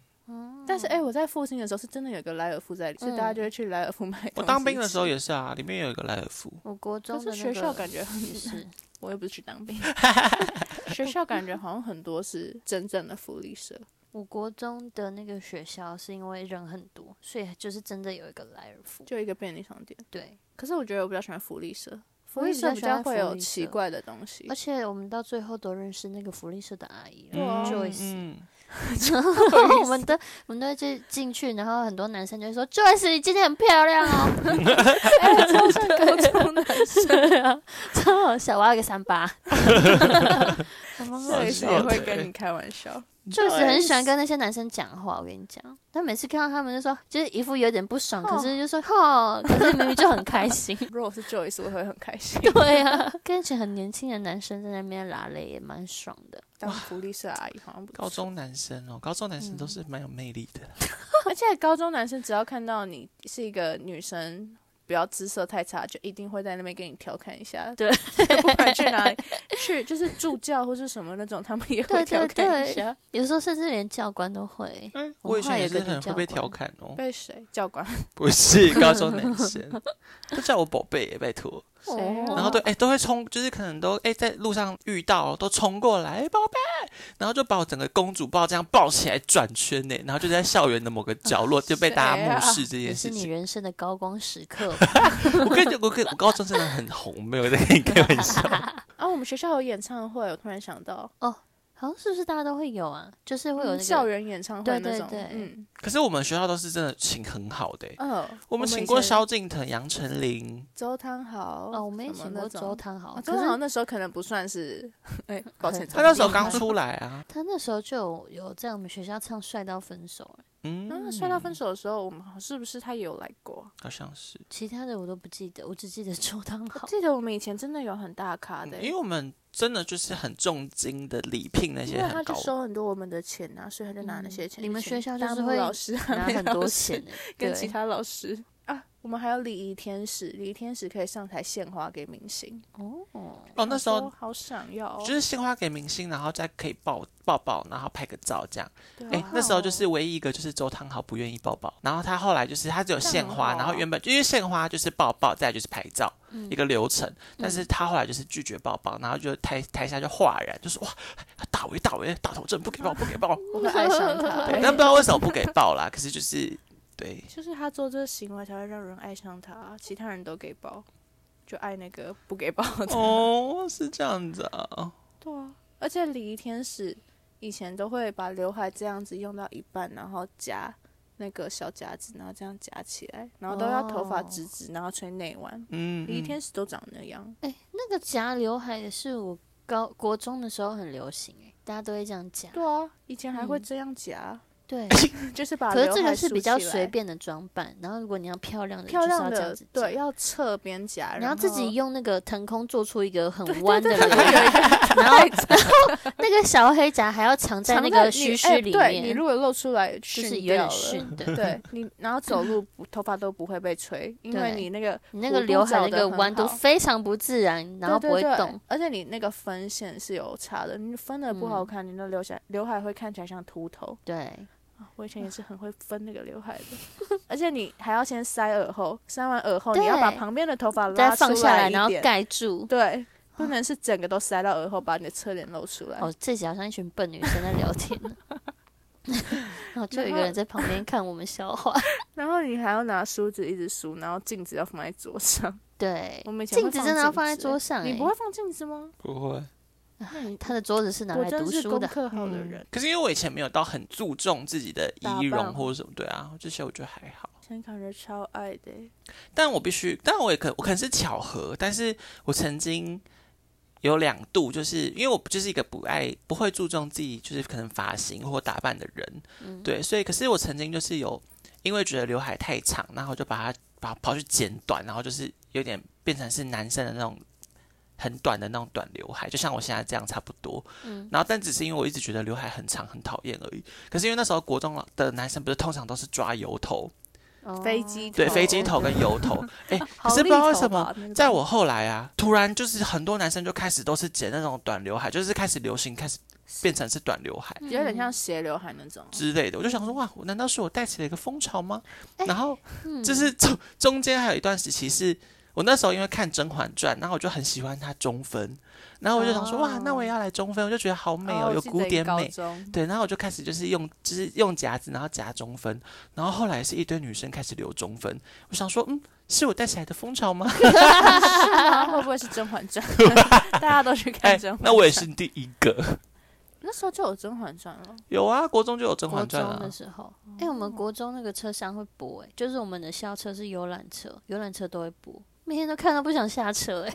B: 但是哎、我在附近的时候是真的有个莱尔富在里，所以大家就会去莱尔富买东西
A: 我当兵的时候
B: 吃，
A: 也是啊，里面有一个莱尔夫，
C: 我国中
B: 可
C: 的那
B: 是
C: 个
B: 学校感觉
C: 也是，
B: 我也不是 去当兵，学校感觉好像很多是真正的福利社，
C: 我国中的那个学校是因为人很多，所以就是真的有一个莱尔富。
B: 就一个便利商店。
C: 对，
B: 可是我觉得我比较喜欢福利社，福
C: 我也
B: 利
C: 比
B: 社
C: 较
B: 比
C: 喜欢
B: 较会
C: 福
B: 有
C: 利
B: 奇
C: 社
B: 怪的东西
C: 而。且我们到最后都认识那个福利社的阿姨
B: 对啊
A: 嗯
C: 了 ，Joyce。
A: 嗯，
C: 然后我们的我们都进进去，然后很多男生就会说：“Joyce，你今天很漂亮哦。 啊
B: 哎，超像高中男生，”
C: 对啊，超好笑，我要一个三八。
B: 我们
A: 好
B: 也是
A: 笑
B: 也会
A: 的
B: 跟你开玩笑。
C: 就是很喜欢跟那些男生讲话，我跟你讲，他每次看到他们就说，就是一副有点不爽，
B: 哦
C: 可是就说哈，可是明明就很开心。
B: 如果是 Joyce，我会很开心。
C: 对啊，跟以前很年轻的男生在那边拉嘞也蛮爽的。
B: 当福利社阿姨好像不
A: 高
B: 错，
A: 中男生哦，高中男生都是蛮有魅力的。
B: 而且高中男生只要看到你是一个女生。不要姿色太差，就一定会在那边给你调侃一下。
C: 对，
B: 不管去哪里，去 就是助教或是什么那种，他们也会
C: 对
B: 调侃
C: 对
B: 一
C: 对
B: 下。
C: 有时候甚至连教官都会。
B: 嗯，
C: 我
A: 我以
C: 们后
A: 前
C: 来
A: 也
C: 有
A: 是
C: 个
A: 很
C: 女
A: 会
C: 教
A: 被调
C: 官，
A: 侃 哦，
B: 被谁教官？
A: 不是高中男生，都叫我宝贝耶，拜托。
C: 哦
B: 谁啊
A: 然后都哎、都会冲，就是可能都哎、在路上遇到哦都冲过来，哎宝贝，然后就把我整个公主抱这样抱起来转圈呢，然后就在校园的某个角落就被大家
B: 谁啊
A: 目视这
C: 也
A: 件
C: 是
A: 事
C: 你
A: 情。
C: 人生的高光时刻吧。
A: 我跟你我跟我高中真的很红，没有在跟你开玩笑。
B: 啊，我们学校有演唱会，我突然想到，
C: 好像是不是大家都会有啊？就是会有那
B: 嗯
C: 个
B: 校园演唱会
C: 对
B: 那
C: 对
B: 种。
C: 对
B: 嗯
A: 可是我们学校都是真的请很好的耶、欸
B: 嗯，
A: 我们
B: 以
A: 请过
B: 前
A: 萧敬腾、杨丞琳，
B: 周汤豪
C: 哦，我们也
B: 什么
C: 请过
B: 那
C: 周
B: 种
C: 汤豪
B: 啊，
C: 可
B: 周汤豪
C: 是
B: 那时候可能不算是， 哎，抱歉，
A: 他那时候
C: 厉
A: 刚
C: 害
A: 出来 啊。
C: 他那时候就有有在我们学校唱《帅到分手》欸，
B: 嗯，
A: 嗯，
B: 帅到分手的时候，我们好是不是他也有来过？啊
A: 好像是，
C: 其他的我都不记得，我只记得周 汤豪。
B: 记得我们以前真的有很大咖的
A: 嗯
B: 欸，
A: 因为我们真的就是很重金的礼聘那
B: 因
A: 些
B: 为他
A: 很
B: 就
A: 高
B: 收很多我们的钱啊，所以他就拿那些钱去请大
C: 嗯你
B: 陆老
C: 们
B: 师啊。
C: 学校就是会拿
B: 美
C: 很
B: 老
C: 多
B: 师
C: 钱欸，
B: 跟其
C: 对
B: 他老师啊。我们还有礼仪天使，礼仪天使可以上台献花给明星。
C: 哦，
A: 哦，那时
B: 我
A: 候
B: 好想要哦，
A: 就是献花给明星，然后再可以抱抱抱，然后拍个照这样。
B: 对啊
A: 哎、
B: 好
A: 那时候就
B: 哦好哦
A: 是唯一一个就是周汤豪不愿意抱抱，然后他后来就是他只有
B: 这样
A: 献
B: 很
A: 花，
B: 好
A: 然后
B: 啊嗯
A: 原本因为献花就是抱抱，再来就是拍照、一个流程，但是他后来就是拒绝抱抱，然后就台台下就哗然，就说哇，他欸大为大为大头症不给抱不给 抱，
B: 我会爱上 他
A: 对，但不知道为什么不给抱啦，可是就是对。
B: 就是他做这个行为才会让人爱上他，其他人都给包，就爱那个不给包的。
A: 哦，是这样子啊，
B: 对啊，而且礼仪天使以前都会把刘海这样子用到一半，然后夹那个小夹子，然后这样夹起来，然后都要头发
C: 哦
B: 直直，然后吹内弯。
A: 嗯，
B: 礼仪
A: 嗯
B: 天使都长那样，
C: 哎、那个夹刘海也是我高国中的时候很流行哎、大家都会这样夹。
B: 对啊，以前还会
C: 嗯
B: 这样夹，
C: 对，
B: 就是把
C: 可
B: 刘
C: 是这
B: 海
C: 个是
B: 梳
C: 比较
B: 起来
C: 随，便的装扮，然后如果你要漂亮的，
B: 漂亮
C: 就是
B: 的
C: 要这样子，夹
B: 对，，要侧边夹，
C: 你要
B: 然
C: 自 己
B: 后
C: 用那个腾空做出一个 很弯的刘海，
B: 然后
C: 那个小黑夹还要藏在
B: 藏
C: 那
B: 在
C: 个
B: 你
C: 须
B: 哎
C: 须里
B: 对你
C: 面，
B: 如果露出来，就
C: 就是有点逊 的。
B: 对你，然后走路不头发都不会被吹，因为
C: 对
B: 你那个
C: 你那个刘海那个弯
B: 弧度找得
C: 度
B: 很好
C: 非常不自然，然后不
B: 对
C: 会
B: 对对
C: 动。
B: 而且你那个分线是有差的，你分的不好
C: 嗯
B: 看，你的刘海刘海会看起来像秃头。
C: 对，
B: 啊我以前也 是很会分那个刘海的，而且你还要先塞耳后，塞完耳后你要把
C: 对
B: 旁边的头发拉
C: 再
B: 出
C: 放下
B: 来
C: 来，
B: 一
C: 然后
B: 点
C: 盖住。
B: 对，不能是整个都塞到耳后，把你的侧脸露出来。
C: 哦，这集好像一群笨女生在聊天 呢。然后就有一个人在旁边看我们笑 话。
B: 然后你还要拿梳子一直梳，然后镜子要放在桌上。
C: 对
B: 我，们以前
C: 镜
B: 会
C: 子
B: 放
C: 真的要
B: 镜
C: 放在
B: 子
C: 桌上、欸。
B: 你不会放镜子吗？
A: 不会。
B: 那你
C: 他的桌子是拿
B: 我
C: 来
B: 真
C: 读
B: 是
C: 书
B: 功
C: 的。
B: 课好的
A: 嗯
B: 人。
A: 可是因为我以前没有到很注重自己的
B: 打
A: 仪容
B: 扮哦
A: 或者什么，对啊，这些我觉得还好。
B: 陈凯仁超爱的欸，
A: 但我必须，但我也可，我可能是巧合，但是我曾经有两度，就是因为我就是一个不爱、不会注重自己，就是可能发型或打扮的人，
C: 嗯
A: 对，所以可是我曾经就是有，因为觉得刘海太长，然后我就把它把它跑去剪短，然后就是有点变成是男生的那种。很短的那种短刘海，就像我现在这样差不多。
C: 嗯，
A: 然后，但只是因为我一直觉得刘海很长很讨厌而已。可是因为那时候国中的男生不是通常都是抓油头，
C: 哦
B: 飞机
A: 对，
B: 头
A: 飞机头跟油头。哎、可是不知道为什么，
B: 嗯
A: 在我后来啊，突然就是很多男生就开始都是剪那种短刘海，就是开始流行，开始变成是短刘海
B: 有点
C: 嗯
B: 像斜刘海那种。
A: 之类的。我就想说，哇，我难道是我带起了一个风潮吗？
C: 哎
A: 然后
C: 嗯
A: 就是中中间还有一段时期是。我那时候因为看《甄嬛传》，然后我就很喜欢它中分，然后我就想说，
C: 哦
A: 哇，那我也要来中分，我就觉得好美哦，
B: 哦我
A: 有
B: 记
A: 古
B: 得你
A: 典
B: 高
A: 美，
B: 中
A: 对，然后我就开始就是用，就是用夹子，然后夹中分，然后后来是一堆女生开始留中分，我想说，嗯，是我带起来的风潮吗？
B: 然后会不会是《甄嬛传》？ 大家都去看
A: 哎
B: 《甄嬛》。
A: 那我也是第一个，
B: 那时候就有《甄嬛传》了。
A: 有啊，国中就有《甄
C: 国
A: 嬛传》
C: 中
A: 啊
C: 的，时候，哎、我们国中那个车厢会播、哎，就是我们的校车是游览车，游览车都会播，每天都看到不想下车、哎，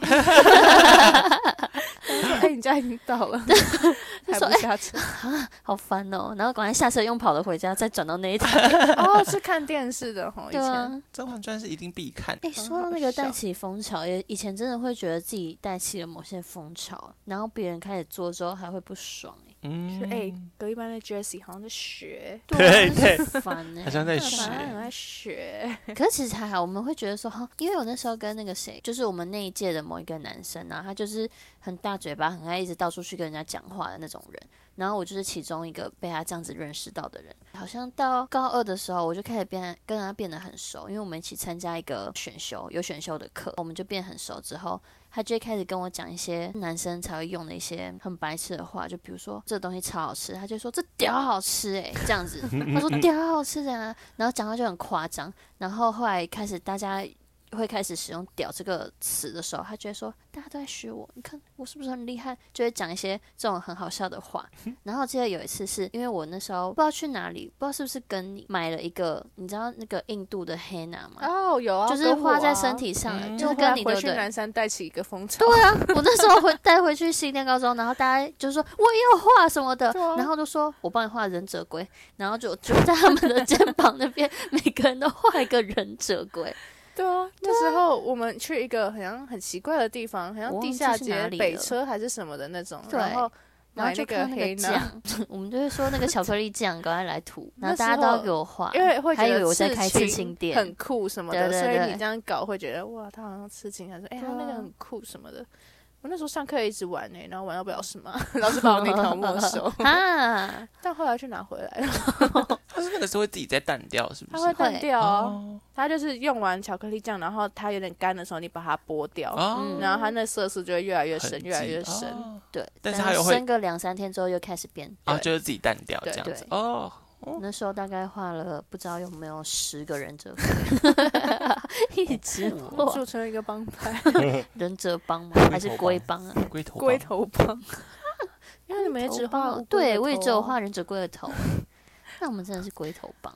B: 我 说：“哎，你家已经到 了，还
C: 说哎
B: 不下 车
C: 好烦哦、然后赶快下车，用跑的回家，再转到那一台。？”
B: 哦，是看电视的吼，以
C: 对啊
B: 前。，
A: 《甄嬛传》是一定必看。
C: 哎、
B: 很
C: 说到
B: 好
C: 那个带
B: 笑
C: 起风潮，也以前真的会觉得自己带起了某些风潮，然后别人开始做之后还会不爽、哎，
A: 嗯
B: 是，哎，隔壁班的 Jessie 好像在学，
A: 对
C: 啊
A: 对
C: 很烦呢，
A: 好像在
C: 很
A: 学
B: 好像
C: 烦
B: 很爱学，
C: 可是其实还好，我们会觉得说，哈，因为我那时候跟那个谁，就是我们那一届的某一个男生啊，他就是很大嘴巴，很爱一直到处去跟人家讲话的那种人。然后我就是其中一个被他这样子认识到的人。好像到高二的时候，我就开始变跟他变得很熟，因为我们一起参加一个选修，有选修的课，我们就变很熟之后。他就会开始跟我讲一些男生才会用的一些很白痴的话，就比如说这东西超好吃，他就说这屌好吃诶、这样子，他说屌好吃啊，然后讲话就很夸张，然后后来开始大家会开始使用“屌”这个词的时候，他就会说大家都在学我，你看我是不是很厉害？就会讲一些这种很好笑的话。然后记得有一次是因为我那时候不知道去哪里，不知道是不是跟你买了一个，你知道那个印度的黑娜吗？
B: 哦，有啊，
C: 就是
B: 跟我
C: 画在
B: 啊
C: 身，体上的，
A: 嗯
C: 就是
B: 后
C: 跟
B: 来
C: 你
B: 回
C: 对不
B: 去
C: 对？
B: 南山带起一个风潮，
C: 对啊，我那时候回带回去新店高中，然后大家就说我也有画什么的，
B: 对啊
C: 然后就说我帮你画忍者龟，然后就就在他们的肩膀那边，每个人都画一个忍者 龟，
B: 对啊，那时候我们去一个好像很奇怪的地方，好像地下街北车还是什么的那种，
C: 对
B: 然后
C: 然后
B: 买
C: 就
B: 个
C: 看到那
B: 黑
C: 个
B: 呢，
C: 酱， 我们就会说那个巧克力酱赶快来 涂，然
B: 那
C: 后
B: 时候
C: 大家都要给我画，
B: 因为会觉
C: 还以为
B: 得
C: 我在开刺
B: 刺
C: 青
B: 青
C: 店
B: 很酷什么
C: 对
B: 的，
C: 对
B: 所以
C: 对
B: 你这样搞会觉得哇，他好像刺青，还是哎
C: 对
B: 他
C: 啊
B: 那个很酷什么的。我那时候上课也一直玩呢、然后玩到不老师骂， 老师把我那条没 收，
C: 啊，
B: 但后来去拿回来了，
A: 他是那个时候会自己再淡掉，是不
B: 它
A: 是？
B: 会断掉哦。
A: 哦
B: 它就是用完巧克力酱，然后它有点干的时候，你把它剥掉，
A: 哦，
B: 然后它那色素就会越嗯来越深，
A: 痕
B: 越来
A: 迹
B: 越深。
A: 哦
C: 对，
A: 但是它又会
C: 生个两三天之后又开始变，
A: 啊，
B: 对
A: 就是自己淡掉这
B: 对
A: 样子
C: 对
A: 哦。
C: 那时候大概画了不知道有没有十个忍者龟， 一直画
B: 组成一个帮 派，
C: 忍者帮吗？还是
A: 龟
C: 龟
A: 头
C: 帮啊？
A: 龟头
B: 龟
A: 吧
B: 头帮。 因为你们也只
C: 头帮
B: 画
C: 哦
B: 乌龟的头啊，
C: 啊对我也只有画忍者龟的头欸。那我们真的是龟头帮，